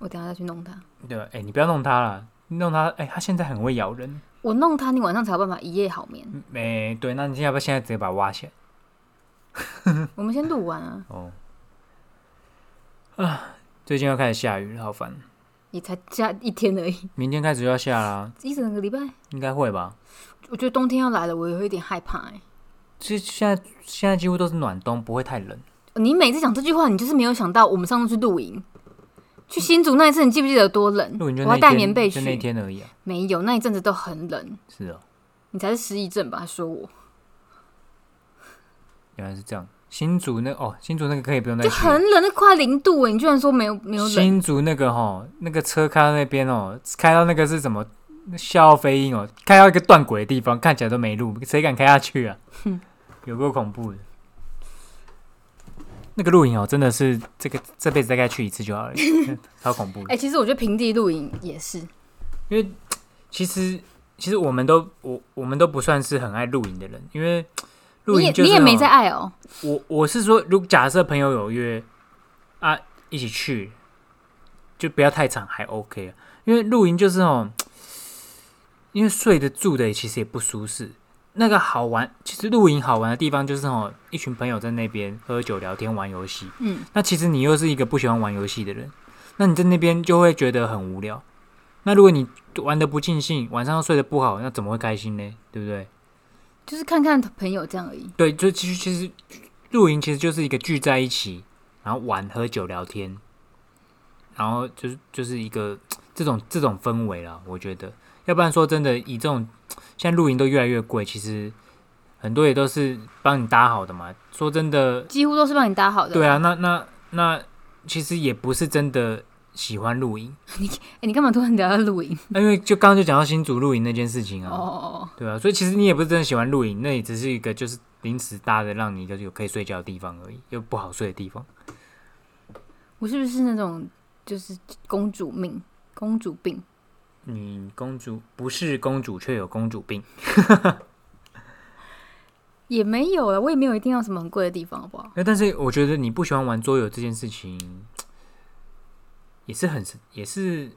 Speaker 2: 我等一下再去弄它，
Speaker 1: 对吧？哎、你不要弄它啦，弄它，哎、它现在很会咬人。
Speaker 2: 我弄它，你晚上才有办法一夜好眠。
Speaker 1: 嗯哎、对，那你要不要现在直接把它挖起来？
Speaker 2: 我们先录完啊，
Speaker 1: 哦，啊，最近要开始下雨了，好烦。
Speaker 2: 也才加一天而已，
Speaker 1: 明天开始就要下啦，
Speaker 2: 一整个礼拜。
Speaker 1: 应该会吧？
Speaker 2: 我觉得冬天要来了，我也会有点害怕哎、
Speaker 1: 其实现在现在几乎都是暖冬，不会太冷。
Speaker 2: 你每次讲这句话，你就是没有想到我们上次去露营，去新竹那一次，你记不记得有多冷？
Speaker 1: 露营嗯就
Speaker 2: 我
Speaker 1: 那
Speaker 2: 还
Speaker 1: 一
Speaker 2: 带
Speaker 1: 天
Speaker 2: 棉被
Speaker 1: 就那一
Speaker 2: 去，
Speaker 1: 天而已啊。
Speaker 2: 没有那一阵子都很冷，
Speaker 1: 是哦，
Speaker 2: 你才是失忆症吧？他说我
Speaker 1: 原来是这样。新竹那哦，新竹那个可以不用再
Speaker 2: 就
Speaker 1: 去
Speaker 2: 很
Speaker 1: 了。
Speaker 2: 冷，那快零度哎，你居然说没有没有冷，
Speaker 1: 新竹那个哈，那个车开到那边哦，开到那个是什么？笑傲飞鹰哦，开到一个断轨的地方，看起来都没路，谁敢开下去啊？有够恐怖的。那个露营哦，真的是这个这辈子大概去一次就 好了，超恐怖的
Speaker 2: 哎、。其实我觉得平地露营也是，
Speaker 1: 因为其实其实我们都我我们都不算是很爱露营的人，因为露
Speaker 2: 你也
Speaker 1: 营就是
Speaker 2: 你也
Speaker 1: 那
Speaker 2: 没
Speaker 1: 种
Speaker 2: 在爱哦、
Speaker 1: 我我是说，如假设朋友有约啊，一起去，就不要太长，还 OK 啊。因为露营就是哦，因为睡得住的其实也不舒适。那个好玩，其实露营好玩的地方就是哦，一群朋友在那边喝酒、聊天、玩游戏。
Speaker 2: 嗯，
Speaker 1: 那其实你又是一个不喜欢玩游戏的人，那你在那边就会觉得很无聊。那如果你玩的不尽兴，晚上又睡得不好，那怎么会开心呢？对不对？
Speaker 2: 就是看看朋友这样而已。
Speaker 1: 对，就其实其实露营其实就是一个聚在一起，然后玩、喝酒、聊天，然后就是就是一个这种这种氛围啦。我觉得，要不然说真的，以这种现在露营都越来越贵，其实很多也都是帮你搭好的嘛。说真的，
Speaker 2: 几乎都是啊帮你搭好的。
Speaker 1: 对啊，，那那那其实也不是真的喜欢露营，
Speaker 2: 哎、你干嘛突然聊到露营？
Speaker 1: 那因为就刚刚就讲到新竹露营那件事情啊。
Speaker 2: 哦哦
Speaker 1: 对啊，所以其实你也不是真的喜欢露营，那也只是一个就是临时搭的，让你一个有可以睡觉的地方而已，又不好睡的地方。
Speaker 2: 哦，我是不是那种就是公主命、公主病？
Speaker 1: 你公主不是公主，却有公主病。
Speaker 2: 也没有了，我也没有一定要什么很贵的地方，好不好？
Speaker 1: 那但是我觉得你不喜欢玩桌游这件事情，也是很也是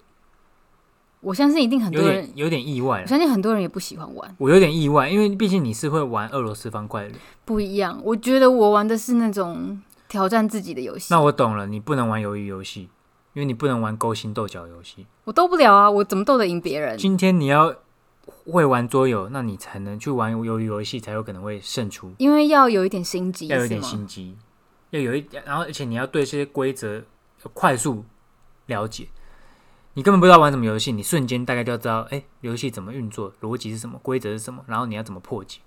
Speaker 2: 我相信一定很
Speaker 1: 有
Speaker 2: 多
Speaker 1: 点
Speaker 2: 人，
Speaker 1: 有点意外
Speaker 2: 我
Speaker 1: 了。
Speaker 2: 相信很多人也不喜欢玩，
Speaker 1: 我有点意外，因为毕竟你是会玩俄罗斯方块的人。
Speaker 2: 不一样。我觉得我玩的是那种挑战自己的游戏
Speaker 1: 那，我懂了，你不能玩鱿鱼游戏，因为你不能玩勾心斗角游戏。
Speaker 2: 我斗不了啊，我怎么斗得赢别人？
Speaker 1: 今天你要会玩桌游，那你才能去玩鱿鱼游戏，才有可能会胜出。
Speaker 2: 因为要有一点心机，
Speaker 1: 要有
Speaker 2: 是
Speaker 1: 点
Speaker 2: 吗
Speaker 1: 心机，要有一，然后而且你要对这些规则快速了解。你根本不知道玩什么游戏，你瞬间大概就要知道，哎、游戏怎么运作，逻辑是什么，规则是什么，然后你要怎么破解。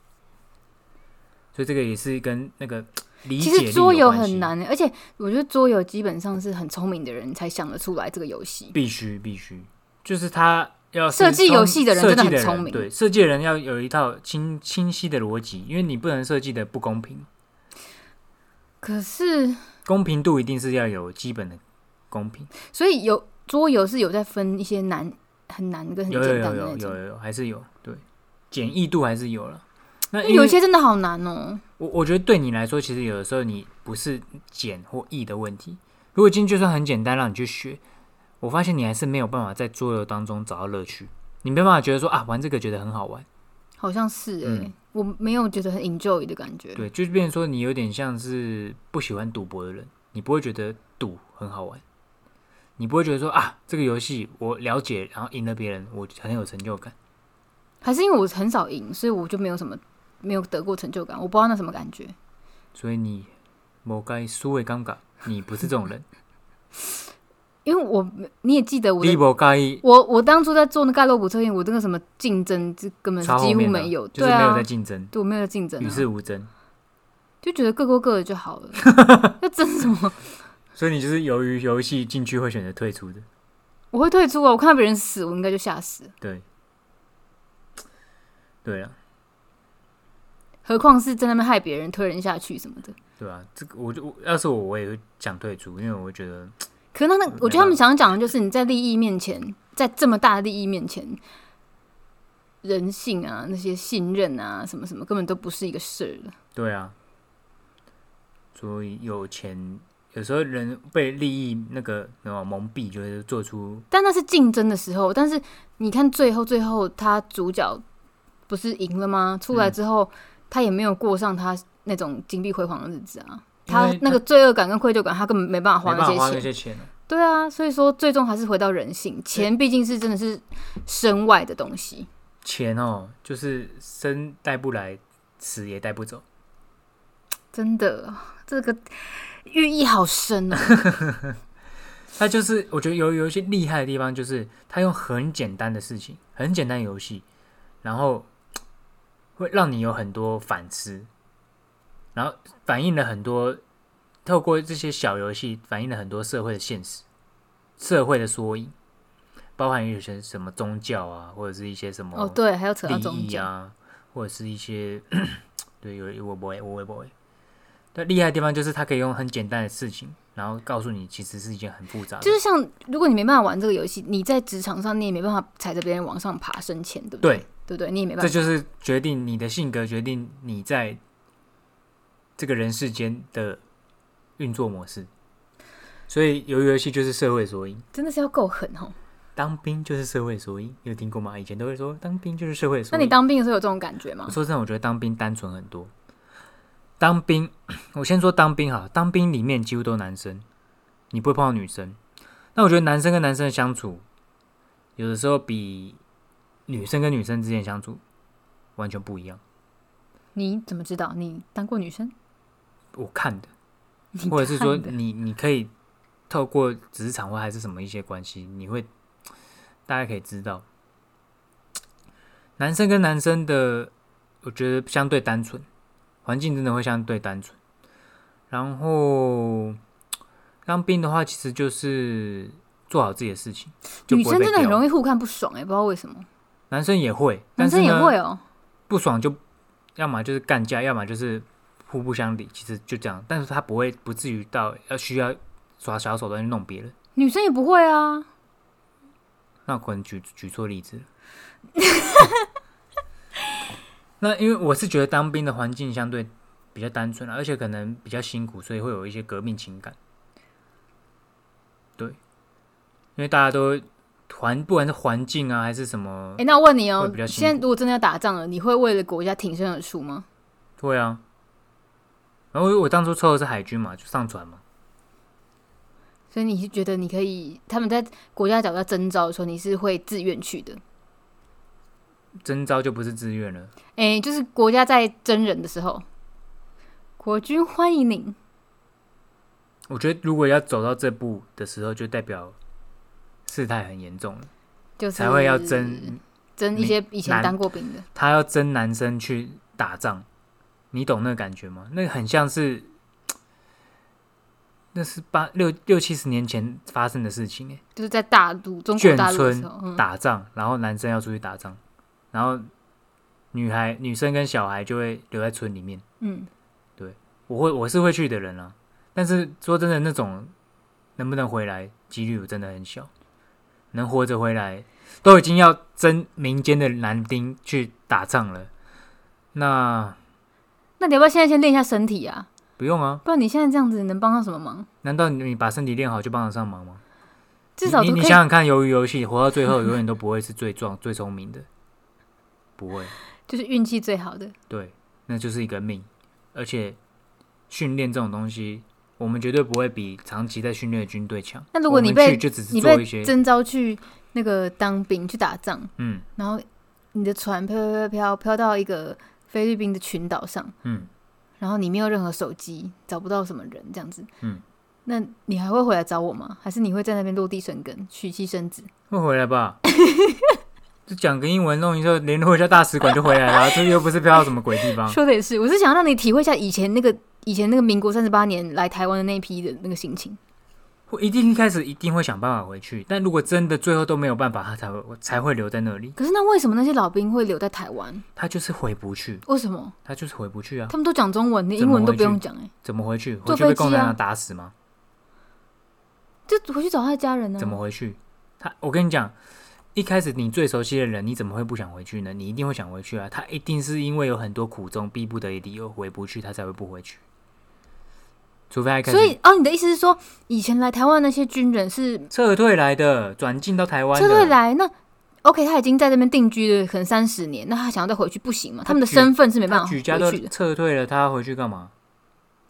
Speaker 1: 所以这个也是跟那个理
Speaker 2: 其
Speaker 1: 解力
Speaker 2: 实桌
Speaker 1: 有
Speaker 2: 游
Speaker 1: 关系
Speaker 2: 很，难、欸而且我觉得桌游基本上是很聪明的人才想得出来这个游戏。
Speaker 1: 必须必须，就是他要是
Speaker 2: 设计游
Speaker 1: 聪
Speaker 2: 戏的人
Speaker 1: 设
Speaker 2: 真的
Speaker 1: 计
Speaker 2: 很
Speaker 1: 人
Speaker 2: 聪明
Speaker 1: 对，设计的人要有一套清清晰的逻辑，因为你不能设计的不公平，
Speaker 2: 可是
Speaker 1: 公平度一定是要有基本的公平。
Speaker 2: 所以有桌游是有在分一些难、很难跟很
Speaker 1: 有有
Speaker 2: 简
Speaker 1: 有
Speaker 2: 单的那
Speaker 1: 有有
Speaker 2: 种，
Speaker 1: 有有，还是有对简易度还是有了。那
Speaker 2: 那
Speaker 1: 因
Speaker 2: 有一
Speaker 1: 为
Speaker 2: 些真的好难哦、
Speaker 1: 我我觉得对你来说，其实有的时候你不是简或易的问题。如果今天就算很简单让你去学，我发现你还是没有办法在桌游当中找到乐趣，你没办法觉得说啊玩这个觉得很好玩，
Speaker 2: 好像是哎、
Speaker 1: 嗯
Speaker 2: 我没有觉得很 enjoy 的感觉。
Speaker 1: 对，就是变成说你有点像是不喜欢赌博的人，你不会觉得赌很好玩，你不会觉得说啊这个游戏我了解，然后赢了别人，我很有成就感。
Speaker 2: 还是因为我很少赢，所以我就没有什么没有得过成就感，我不知道那什么感觉。
Speaker 1: 所以你某该输为尴尬，你不是这种人。
Speaker 2: 因为我你也记得 我的
Speaker 1: 你无介意
Speaker 2: 我我当初在做那盖洛普测验，我那个什么竞争，这根本是
Speaker 1: 超后
Speaker 2: 几乎
Speaker 1: 面的
Speaker 2: 没有，
Speaker 1: 就是
Speaker 2: 对
Speaker 1: 没有
Speaker 2: 啊
Speaker 1: 在，竞争，
Speaker 2: 对我没有在竞争、
Speaker 1: 与
Speaker 2: 啊，
Speaker 1: 世无争。
Speaker 2: 就觉得各过各的就好 了，要争什么？
Speaker 1: 所以你就是由于游戏进去会选择退出的，
Speaker 2: 我会退出啊！我看到别人死，我应该就吓死。
Speaker 1: 对，对啊，
Speaker 2: 何况是在那边害别人、推人下去什么的。
Speaker 1: 对啊，这个我就我要是我我也会想退出，因为我会觉得
Speaker 2: 可是那那
Speaker 1: 嗯，
Speaker 2: 我觉得他们想讲的就是你在利益面前，在这么大的利益面前，人性啊、那些信任啊、什么什么，根本都不是一个事了。
Speaker 1: 对啊，所以有钱有时候人被利益那个那种蒙蔽，就是做出
Speaker 2: 但那是竞争的时候，但是你看最后最后他主角不是赢了吗？出来之后，他也没有过上他那种金碧辉煌的日子啊。他
Speaker 1: 因为
Speaker 2: 那个罪恶感跟愧疚感，他根本没办法
Speaker 1: 没
Speaker 2: 花
Speaker 1: 办法花
Speaker 2: 那
Speaker 1: 那
Speaker 2: 些钱。
Speaker 1: 些钱啊，
Speaker 2: 对啊，所以说最终还是回到人性，钱毕竟是真的是身外的东西。
Speaker 1: 钱哦，就是生带不来，死也带不走。
Speaker 2: 真的，这个寓意好深 哦。
Speaker 1: 他就是我觉得有有一些厉害的地方，就是他用很简单的事情，很简单的游戏，然后会让你有很多反思，然后反映了很多透过这些小游戏反映了很多社会的现实，社会的缩影，包含有些什么宗教啊，或者是一些什么
Speaker 2: 哦，对，还要扯到
Speaker 1: 利
Speaker 2: 宗
Speaker 1: 益
Speaker 2: 教，
Speaker 1: 啊，或者是一些 对有我不会我不会。但厉害的地方就是他可以用很简单的事情，然后告诉你其实是一件很复杂的事情，
Speaker 2: 就是像如果你没办法玩这个游戏，你在职场上你也没办法踩着别人往上爬升迁，对不对？
Speaker 1: 对，
Speaker 2: 对不对？你也没办
Speaker 1: 这
Speaker 2: 法。
Speaker 1: 就是决定你的性格，决定你在这个人世间的运作模式。所以，鱿鱼游戏就是社会缩影，
Speaker 2: 真的是要够狠哦。
Speaker 1: 当兵就是社会缩影，你有听过吗？以前都会说当兵就是社会缩
Speaker 2: 那
Speaker 1: 影。
Speaker 2: 你当兵的时候有这种感觉吗
Speaker 1: 我？说真的，我觉得当兵单纯很多。当兵，我先说当兵哈，当兵里面几乎都男生，你不会碰到女生。那我觉得男生跟男生的相处，有的时候比女生跟女生之间相处完全不一样。
Speaker 2: 你怎么知道？你当过女 生？
Speaker 1: 我看的，
Speaker 2: 你
Speaker 1: 或者是说
Speaker 2: 看的
Speaker 1: 你你可以透过职场或还是什么一些关系，你会大家可以知道，男生跟男生的，我觉得相对单纯，环境真的会相对单纯。然后当兵的话，其实就是做好自己的事情，就
Speaker 2: 女
Speaker 1: 不会
Speaker 2: 生
Speaker 1: 被
Speaker 2: 真的很
Speaker 1: 刁
Speaker 2: 容易互看不爽哎、不知道为什么，
Speaker 1: 男生也会，
Speaker 2: 男
Speaker 1: 但是
Speaker 2: 生也
Speaker 1: 呢
Speaker 2: 会哦、
Speaker 1: 不爽就要么就是干架，要么就是互不相理，其实就这样。但是他不会不至于到要需要耍小手段去弄别人，
Speaker 2: 女生也不会啊。
Speaker 1: 那我可能举举错例子了。 那因为我是觉得当兵的环境相对比较单纯啊，而且可能比较辛苦，所以会有一些革命情感。对，因为大家都环不管是环境啊还是什么
Speaker 2: 哎、，那我问你哦、
Speaker 1: 会比较辛苦
Speaker 2: 现在如果真的要打仗了，你会为了国家挺身而出吗？
Speaker 1: 对啊。然后我当初抽的是海军嘛，就上船嘛。
Speaker 2: 所以你是觉得你可以，他们在国家找到征召的时候，你是会自愿去的？
Speaker 1: 征召就不是自愿了，
Speaker 2: 哎、就是国家在征人的时候，国军欢迎您。
Speaker 1: 我觉得如果要走到这步的时候，就代表事态很严重了，
Speaker 2: 就是
Speaker 1: 才会要征
Speaker 2: 征一些以前
Speaker 1: 男
Speaker 2: 当过兵的，
Speaker 1: 他要征男生去打仗，你懂那个感觉吗？那个很像是，那是八六六七十年前发生的事情、欸，
Speaker 2: 就是在大陆中国大陆的
Speaker 1: 眷村
Speaker 2: 时候，嗯，
Speaker 1: 打仗，然后男生要出去打仗，然后女孩女生跟小孩就会留在村里面。
Speaker 2: 嗯，
Speaker 1: 我会我是会去的人啊，但是说真的，那种能不能回来几率我真的很小，能活着回来都已经要争民间的男丁去打仗了，那
Speaker 2: 那你要不要现在先练一下身体啊？
Speaker 1: 不用啊？
Speaker 2: 不然你现在这样子，你能帮上什么忙？
Speaker 1: 难道你你把身体练好就帮得上忙吗？
Speaker 2: 至少
Speaker 1: 你
Speaker 2: 都
Speaker 1: 你
Speaker 2: 可
Speaker 1: 你
Speaker 2: 以
Speaker 1: 想想看，鱿鱼游戏活到最后，永远都不会是最壮最聪明的，不会，
Speaker 2: 就是运气最好的。
Speaker 1: 对，那就是一个命，而且训练这种东西。我们绝对不会比长期在训练的军队强。
Speaker 2: 那如果你
Speaker 1: 我们去
Speaker 2: 被
Speaker 1: 就只是
Speaker 2: 你
Speaker 1: 做
Speaker 2: 被
Speaker 1: 一些，
Speaker 2: 征召去那个当兵去打仗，
Speaker 1: 嗯，
Speaker 2: 然后你的船飘飘飘飘飘到一个菲律宾的群岛上，
Speaker 1: 嗯，
Speaker 2: 然后你没有任何手机，找不到什么人，这样子，
Speaker 1: 嗯，
Speaker 2: 那你还会回来找我吗？还是你会在那边落地生根，娶妻生子？
Speaker 1: 会回来吧？ 就讲个英文，弄一下，联络一下大使馆就回来了。这又不是飘到什么鬼地方。
Speaker 2: 说的也是，我是想让你体会一下以前那个以前那个民国三十八年来台湾的那一批的那个心情。
Speaker 1: 我一定一开始一定会想办法回去，但如果真的最后都没有办法，他才会才会留在那里。
Speaker 2: 可是那为什么那些老兵会留在台湾？
Speaker 1: 他就是回不去，
Speaker 2: 为什么
Speaker 1: 他就是回不去啊！
Speaker 2: 他们都讲中文，连英文都不用讲、哎，
Speaker 1: 怎么回去？
Speaker 2: 坐
Speaker 1: 回
Speaker 2: 飞机啊
Speaker 1: 去被共产党打死吗？
Speaker 2: 就回去找他的家人啊呢、
Speaker 1: 怎么回去？他，我跟你讲，一开始你最熟悉的人，你怎么会不想回去呢？你一定会想回去啊！他一定是因为有很多苦衷，逼不得已理由回不去，他才会不回去。除非他一开始
Speaker 2: 所以哦，你的意思是说，以前来台湾那些军人是
Speaker 1: 撤退来的，转进到台湾的，
Speaker 2: 撤退来那 OK，他已经在这边定居了可能三十年，那他想要再回去不行吗？他们的
Speaker 1: 举
Speaker 2: 身份是没办法
Speaker 1: 他举
Speaker 2: 回
Speaker 1: 家都
Speaker 2: 去的，
Speaker 1: 撤退了，他要回去干嘛？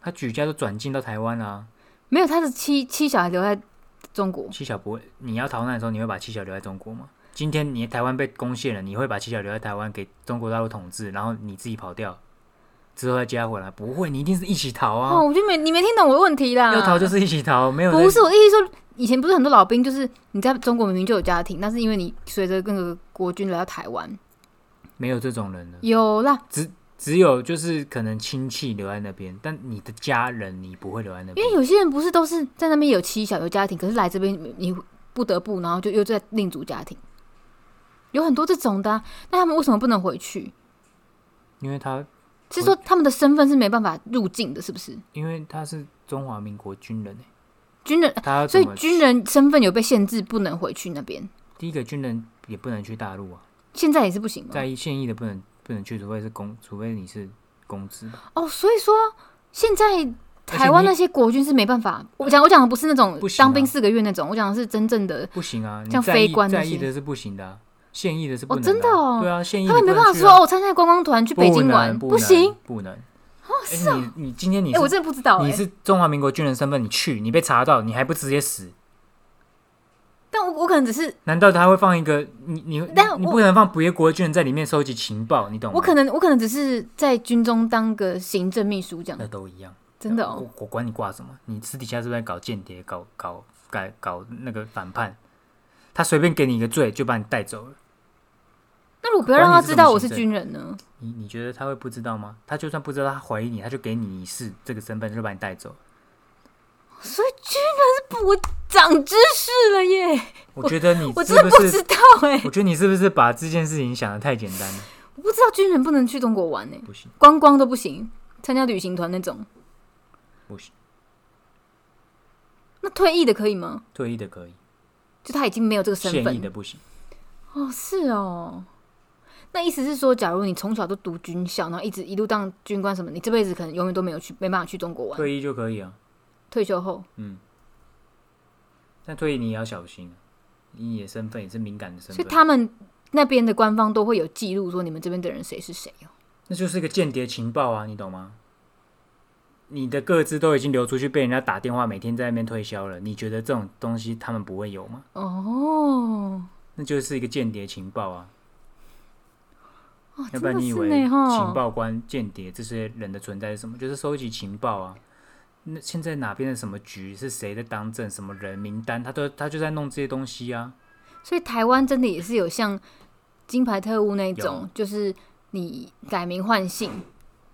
Speaker 1: 他举家都转进到台湾啦、啊
Speaker 2: 没有他的妻妻小孩留在中国，
Speaker 1: 七小不会，你要逃难的时候，你会把七小留在中国吗？今天你台湾被攻陷了，你会把七小留在台湾给中国大陆统治，然后你自己跑掉？之后再加回来。不会，你一定是一起逃
Speaker 2: 哦，
Speaker 1: 啊！
Speaker 2: 我就没你没听懂我的问题啦。
Speaker 1: 要逃就是一起逃，没有
Speaker 2: 啊不
Speaker 1: 在
Speaker 2: 是我的意思说，以前不是很多老兵，就是你在中国明明就有家庭，但是因为你随着那个国军来到台湾，
Speaker 1: 没有这种人的，
Speaker 2: 有啦，
Speaker 1: 只有就是可能亲戚留在那边，但你的家人你不会留在那
Speaker 2: 因
Speaker 1: 边
Speaker 2: 为。有些人不是都是在那边有妻小有家庭，可是来这边你不得不，然后就又在另组家庭，有很多这种的啊、那他们为什么不能回去？
Speaker 1: 因为他
Speaker 2: 是说他们的身份是没办法入境的，是不是？
Speaker 1: 因为他是中华民国军 人、欸，
Speaker 2: 军人，
Speaker 1: 他要
Speaker 2: 所以
Speaker 1: 怎么
Speaker 2: 军人身份有被限制，不能回去那边，
Speaker 1: 第一个军人也不能去大陆啊，
Speaker 2: 现在也是不行吗？
Speaker 1: 在现役的不能不能去，除非是公，除非你是公职。
Speaker 2: 哦，所以说现在
Speaker 1: 且
Speaker 2: 台湾
Speaker 1: 你
Speaker 2: 那些国军是没办法。我讲我讲的不是那种
Speaker 1: 不行啊
Speaker 2: 当兵四个月那种，我讲的是真正的，
Speaker 1: 不行啊，你
Speaker 2: 像
Speaker 1: 在
Speaker 2: 非
Speaker 1: 役
Speaker 2: 官那
Speaker 1: 在役
Speaker 2: 些
Speaker 1: 的是不行的、啊，现役的是不
Speaker 2: 哦
Speaker 1: 能、啊
Speaker 2: 真的哦
Speaker 1: 对啊，现役
Speaker 2: 他
Speaker 1: 的
Speaker 2: 们没
Speaker 1: 不能
Speaker 2: 办法
Speaker 1: 去
Speaker 2: 说
Speaker 1: 啊
Speaker 2: 哦，我参加观光团去北京玩，
Speaker 1: 不
Speaker 2: 不
Speaker 1: 能
Speaker 2: 行。，
Speaker 1: 不能。哦，是你你今天你
Speaker 2: 哎，我
Speaker 1: 是
Speaker 2: 真的不知道
Speaker 1: 你
Speaker 2: 哎。
Speaker 1: 是中华民国军人身份，你去你被查到，你还不直接死？
Speaker 2: 但我我可能只是
Speaker 1: 难道他会放一个你你
Speaker 2: 但我
Speaker 1: 你不可能放别国军人在里面收集情报，你懂吗？
Speaker 2: 我可能我可能只是在军中当个行政秘书这样
Speaker 1: 那，都一样，
Speaker 2: 真的
Speaker 1: 我
Speaker 2: 哦。
Speaker 1: 我管你挂什么，你私底下是不是在搞间谍、搞搞搞搞那个反叛？他随便给你一个罪就把你带走了，
Speaker 2: 那如果不要让他知道我是
Speaker 1: 管你是什么行政
Speaker 2: 军人呢？
Speaker 1: 你你觉得他会不知道吗？他就算不知道，他怀疑你，他就给你是这个身份就把你带走。
Speaker 2: 所以军人是不我长知识了耶，
Speaker 1: 我觉得你
Speaker 2: 我
Speaker 1: 是
Speaker 2: 真的不
Speaker 1: 是？
Speaker 2: 知道哎，
Speaker 1: 我觉得你是不是把这件事情想的太简单了？
Speaker 2: 我不知道军人不能去中国玩哎，
Speaker 1: 不行
Speaker 2: 观光都不行，参加旅行团那种。
Speaker 1: 不行，
Speaker 2: 那退役的可以吗？
Speaker 1: 退役的可以，
Speaker 2: 就他已经没有这个身
Speaker 1: 现役
Speaker 2: 份
Speaker 1: 的不行。
Speaker 2: 哦，是哦。那意思是说，假如你从小都读军校，然后一直一路当军官什么，你这辈子可能永远都没有去，没办法去中国玩。
Speaker 1: 退役就可以啊，
Speaker 2: 退休后，
Speaker 1: 但退役你也要小心啊，你的身份也是敏感的身
Speaker 2: 所
Speaker 1: 份，
Speaker 2: 以他们那边的官方都会有记录，说你们这边的人谁是谁哦。
Speaker 1: 那就是一个间谍情报啊，你懂吗？你的个资都已经流出去，被人家打电话，每天在那边推销了，你觉得这种东西他们不会有吗？
Speaker 2: 哦，
Speaker 1: 那就是一个间谍情报啊，
Speaker 2: 哦
Speaker 1: 要
Speaker 2: 真
Speaker 1: 不然
Speaker 2: 的
Speaker 1: 你以
Speaker 2: 是
Speaker 1: 为
Speaker 2: 呢
Speaker 1: 情
Speaker 2: 哈。
Speaker 1: 报官、间谍这些人的存在是什么？就是收集情报啊。那现在哪边的什么局是谁在当政，什么人名单，他都他就在弄这些东西啊。
Speaker 2: 所以台湾真的也是有像《金牌特务》那
Speaker 1: 有
Speaker 2: 种，就是你改名换姓，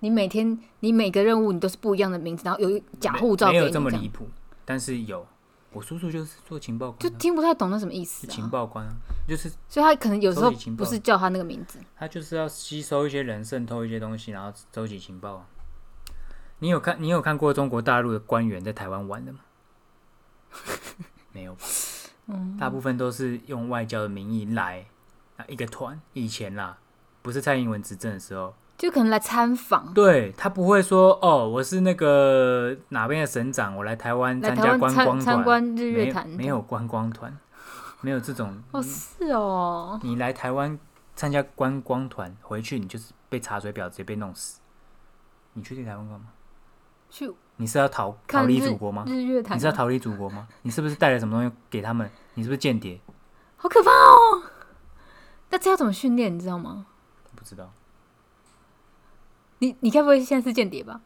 Speaker 2: 你每天你每个任务你都是不一样的名字，然后有一假
Speaker 1: 没
Speaker 2: 护照
Speaker 1: 没
Speaker 2: 给
Speaker 1: 有
Speaker 2: 你
Speaker 1: 这
Speaker 2: 这
Speaker 1: 么
Speaker 2: 样
Speaker 1: 离谱，但是有。我叔叔就是做情报
Speaker 2: 就
Speaker 1: 官、啊，
Speaker 2: 听不太懂那什么意思
Speaker 1: 是
Speaker 2: 啊。
Speaker 1: 情报官、啊，就是
Speaker 2: 所以他可能有时
Speaker 1: 收
Speaker 2: 候
Speaker 1: 集情报啊
Speaker 2: 不是叫他那个名字，
Speaker 1: 他就是要吸收一些人，渗透一些东西，然后收集情报啊。你有看你有看过中国大陆的官员在台湾玩的吗？ 没有吧，
Speaker 2: 嗯
Speaker 1: 大部分都是用外交的名义来啊一个团。以前啦，不是蔡英文执政的时候，
Speaker 2: 就可能来参访，
Speaker 1: 对他不会说哦，我是那个哪边的省长，我来台湾
Speaker 2: 来
Speaker 1: 参
Speaker 2: 台
Speaker 1: 加
Speaker 2: 湾
Speaker 1: 观
Speaker 2: 参
Speaker 1: 光
Speaker 2: 参
Speaker 1: 团，
Speaker 2: 观
Speaker 1: 没
Speaker 2: 日月
Speaker 1: 有
Speaker 2: 潭，
Speaker 1: 没有观光团，没有这种
Speaker 2: 哦，是哦，
Speaker 1: 你来台湾参加观光团，回去你就是被查水表，直接被弄死。你去台湾干嘛？
Speaker 2: 去
Speaker 1: 你是要逃逃
Speaker 2: 看
Speaker 1: 离
Speaker 2: 日
Speaker 1: 祖国吗？
Speaker 2: 日月潭
Speaker 1: 你是要逃离祖国吗？你是不是带了什么东西给他们？你是不是间谍？
Speaker 2: 好可怕哦！那这要怎么训练，你知道吗？
Speaker 1: 不知道，
Speaker 2: 你你该不会现在是间 谍吧？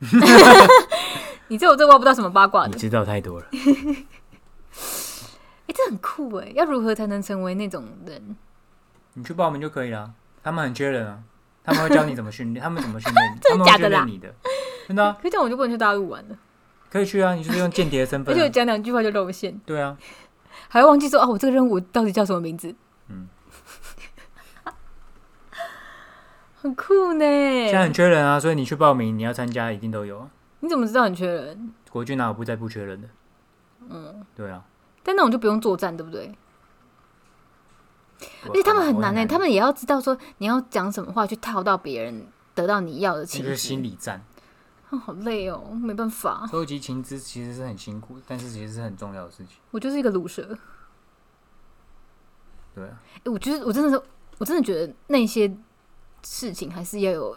Speaker 2: 你这我这挖不到什么八卦
Speaker 1: 你
Speaker 2: 的，
Speaker 1: 知道太多了。
Speaker 2: 哎、这很酷哎！要如何才能成为那种人？
Speaker 1: 你去报名就可以了。他们很缺人啊，他们会教你怎么训 练，他们怎么训练你，他们会
Speaker 2: 假
Speaker 1: 训
Speaker 2: 的啦
Speaker 1: 练你的，真的啊
Speaker 2: 可这样我就不能去大陆玩了，
Speaker 1: 可以去啊。你就是用间谍的身
Speaker 2: 而
Speaker 1: 份
Speaker 2: 且我
Speaker 1: 啊，
Speaker 2: 讲两句话 就露馅，
Speaker 1: 对啊，
Speaker 2: 还会忘记说哦，我这个任务到底叫什么名字？
Speaker 1: 嗯
Speaker 2: 很酷呢。
Speaker 1: 现在很缺人啊，所以你去报名，你要参加一定都有啊。
Speaker 2: 你怎么知道很缺人？
Speaker 1: 国军哪有不在不缺人的？嗯，对啊。
Speaker 2: 但那种就不用作战，对不对？
Speaker 1: 我
Speaker 2: 而且他们很
Speaker 1: 我
Speaker 2: 难哎、
Speaker 1: 啊难
Speaker 2: 他们也要知道说你要讲什么话去套到别人，得到你要的
Speaker 1: 那
Speaker 2: 情
Speaker 1: 就是
Speaker 2: 绪
Speaker 1: 心。理战。
Speaker 2: 哦好累哦，没办法，
Speaker 1: 收集情资其实是很辛苦，但是其实是很重要的事情。
Speaker 2: 我就是一个卤蛇。
Speaker 1: 对啊，
Speaker 2: 哎、我觉得我真的是，我真的觉得那些事情还是要有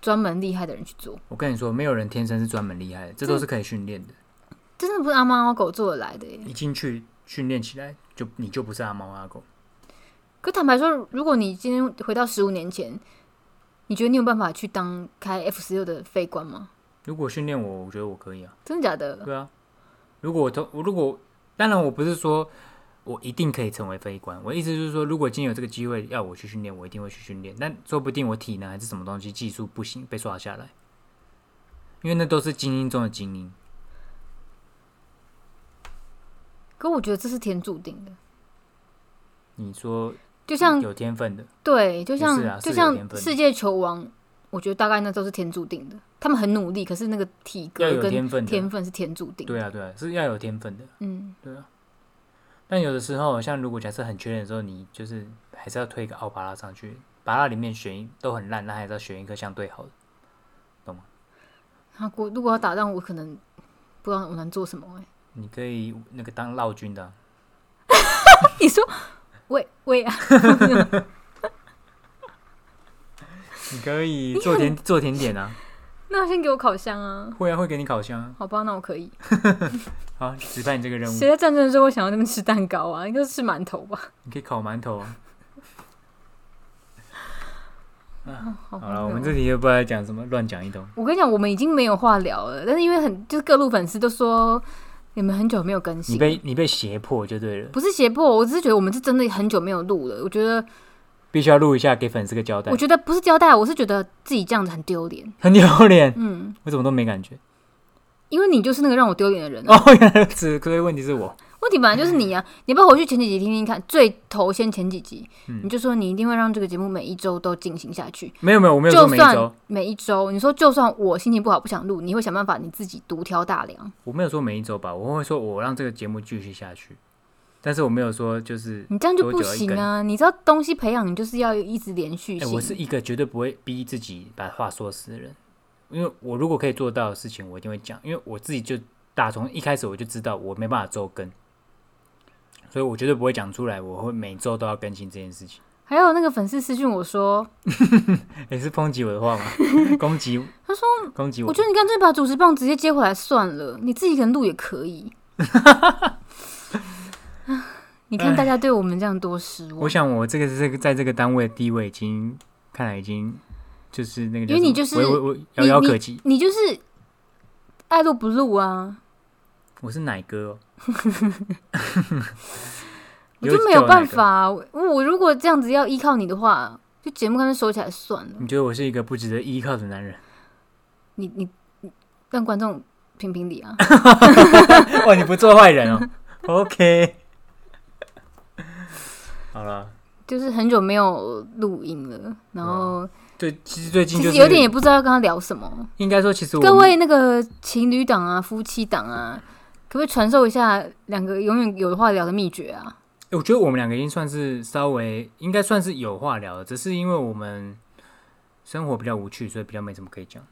Speaker 2: 专门厉害的人去做，
Speaker 1: 我跟你说，没有人天生是专门厉害的，这都是可以训练的。
Speaker 2: 真的不是阿猫阿狗做得来的耶。
Speaker 1: 一进去训练起来，就你就不是阿猫阿狗。
Speaker 2: 可坦白说，如果你今天回到十五年前，你觉得你有办法去当开 F 十六的飞官吗？
Speaker 1: 如果训练我，我觉得我可以啊。
Speaker 2: 真的假的？
Speaker 1: 对啊，如果我从我如果当然我不是说我一定可以成为飞官，我的意思就是说，如果今天有这个机会要我去训练，我一定会去训练。但说不定我体能还是什么东西技术不行被刷下来，因为那都是精英中的精英。
Speaker 2: 可我觉得这是天注定的，
Speaker 1: 你说
Speaker 2: 就像
Speaker 1: 嗯有天分的，
Speaker 2: 对，就像、
Speaker 1: 也是啊
Speaker 2: 就是
Speaker 1: 有
Speaker 2: 像
Speaker 1: 天分的
Speaker 2: 世界球王，我觉得大概那都是天注定的。他们很努力，可是那个体
Speaker 1: 要
Speaker 2: 格
Speaker 1: 有
Speaker 2: 跟
Speaker 1: 天分的，
Speaker 2: 天分是天注定的。
Speaker 1: 对啊对啊，是要有天分的。
Speaker 2: 嗯，
Speaker 1: 但有的时候，像如果假设很缺人的时候，你就是还是要推一个奥巴拉上去，巴拉里面选一都很烂，那还是要选一个相对好的。
Speaker 2: 他果如果要打仗，啊我可能不知道我能做什么、欸。
Speaker 1: 你可以那个当绕军的啊、
Speaker 2: 你说，喂喂啊，
Speaker 1: 你可以做甜 做甜点啊，
Speaker 2: 那先给我烤箱啊。
Speaker 1: 会啊会给你烤 箱啊，
Speaker 2: 好吧，那我可以。
Speaker 1: 好指派你这个任务，
Speaker 2: 谁在战争的时候会想要那边吃蛋糕啊？应该是吃馒头吧。
Speaker 1: 你可以烤馒头啊。
Speaker 2: 好
Speaker 1: 好了，
Speaker 2: 荒
Speaker 1: 我们
Speaker 2: 谬
Speaker 1: 这题就不知道在讲什么，乱讲一通。
Speaker 2: 我跟你讲，我们已经没有话聊了，但是因为很就是各路粉丝都说你们很久没有更
Speaker 1: 你
Speaker 2: 新，
Speaker 1: 被你被胁迫就对了，
Speaker 2: 不是胁迫，我只是觉得我们是真的很久没有录了。我觉得，
Speaker 1: 必须要录一下给粉丝个交 代
Speaker 2: 我，觉得不是交代，我是觉得自己这样子很丢脸。
Speaker 1: 很丢脸，
Speaker 2: 嗯，
Speaker 1: 我怎么都没感觉。
Speaker 2: 因为你就是那个让我丢脸的人啊、
Speaker 1: 哦，原来只所以问题是我，
Speaker 2: 问题本来就是你啊！
Speaker 1: 嗯
Speaker 2: 你要不要回去前几集听听看，最头先前几集，你就说你一定会让这个节目每一周都进行下去。
Speaker 1: 没有没有，我没有说
Speaker 2: 就
Speaker 1: 每一周
Speaker 2: 算，每一周，你说就算我心情不好不想录，你会想办法你自己独挑大梁。
Speaker 1: 我没有说每一周吧，我会说我让这个节目继续下去，但是我没有说就是，
Speaker 2: 你这样就
Speaker 1: 多
Speaker 2: 不
Speaker 1: 久一
Speaker 2: 行
Speaker 1: 根
Speaker 2: 啊！你知道东西培养，你就是要一直连续
Speaker 1: 哎、
Speaker 2: 性。
Speaker 1: 我是一个绝对不会逼自己把话说死的人，因为我如果可以做到的事情，我一定会讲，因为我自己就打从一开始我就知道我没办法周更，所以我绝对不会讲出来，我会每周都要更新这件事情。
Speaker 2: 还有那个粉丝私讯我说，
Speaker 1: 也、是抨击我的话吗？ 攻击？
Speaker 2: 他
Speaker 1: 说攻击我？
Speaker 2: 我觉得你干脆把主持棒直接接回来算了，你自己一个人录也 可以。啊你看大家对我们这样多失
Speaker 1: 哎我
Speaker 2: 望，
Speaker 1: 想我这个这个在这个单位的地位已经看来已经就是那个叫
Speaker 2: 因为你
Speaker 1: 什么
Speaker 2: 就是
Speaker 1: 我我我遥遥可及，
Speaker 2: 你就是爱录不录啊，
Speaker 1: 我是奶哥、哦。
Speaker 2: 我就没有办法、啊。我我如果这样子要依靠你的话，就节目干脆收起来算了。
Speaker 1: 你觉得我是一个不值得依靠的男人？
Speaker 2: 你你你让观众评评 理啊。
Speaker 1: 哇，你不做坏人哦。OK，好了，
Speaker 2: 就是很久没有录音了，然后、
Speaker 1: 对，其实最近
Speaker 2: 其
Speaker 1: 就
Speaker 2: 实
Speaker 1: 是
Speaker 2: 有点也不知道要跟他聊什么。
Speaker 1: 应该说，其实我
Speaker 2: 各位那个情侣档啊、夫妻档啊，可不可以传授一下两个永远有话聊的秘诀啊？
Speaker 1: 欸我觉得我们两个已经算是稍微应该算是有话聊了，只是因为我们生活比较无趣，所以比较没什么可以讲。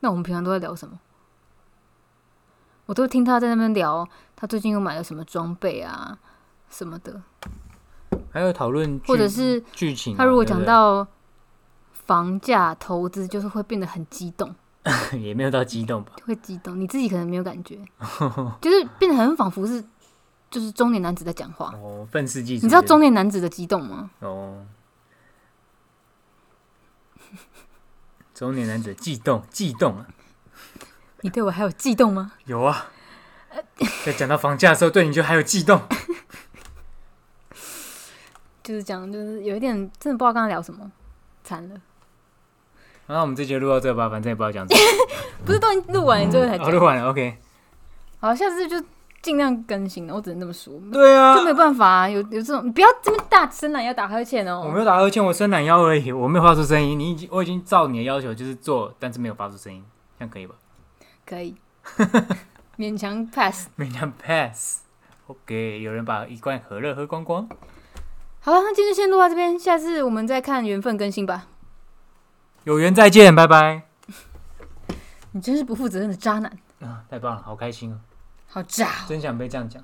Speaker 2: 那我们平常都在聊什么？我都听他在那边聊，他最近又买了什么装备啊什么的，
Speaker 1: 还有讨论剧
Speaker 2: 或者是
Speaker 1: 剧情啊、
Speaker 2: 他如果
Speaker 1: 对不
Speaker 2: 讲
Speaker 1: 对
Speaker 2: 到房价投资，就是会变得很激动，
Speaker 1: 也没有到激动吧，
Speaker 2: 会激动。你自己可能没有感 觉，就是变得很仿佛是就是中年男子在讲话。
Speaker 1: 哦，愤世嫉俗，
Speaker 2: 你知道中年男子的激动吗？
Speaker 1: 哦，中年男子悸动，悸动啊，
Speaker 2: 你对我还有悸动吗？
Speaker 1: 有啊，在讲到房价的时候，对你就还有悸动。
Speaker 2: 就是讲，就是有一点真的不知道跟他聊什么，惨了。
Speaker 1: 然后我们这节录到这吧，反正也不知道讲什么。
Speaker 2: 不是都已经录完，你最后才
Speaker 1: 好，
Speaker 2: 讲。
Speaker 1: 录完了，OK。
Speaker 2: 好，下次就尽量更新了，我只能这么说，
Speaker 1: 对啊
Speaker 2: 就没有办法、啊。有有这种，你不要这么大声了，要打呵欠
Speaker 1: 我
Speaker 2: 哦
Speaker 1: 没。有打呵欠，我伸懒腰而已，我没有发出声音。你已经，我已经照你的要求就是做，但是没有发出声音，这样可以吧？
Speaker 2: 可以， 勉强 pass。
Speaker 1: 勉强 pass。OK，有人把一罐可乐喝光光。
Speaker 2: 好了，那今天就先录到这边，下次我们再看缘分更新吧。
Speaker 1: 有缘再见，拜拜。
Speaker 2: 你真是不负责任的渣男，
Speaker 1: 啊，太棒了，好开心哦，
Speaker 2: 好渣哦。
Speaker 1: 真想被这样讲。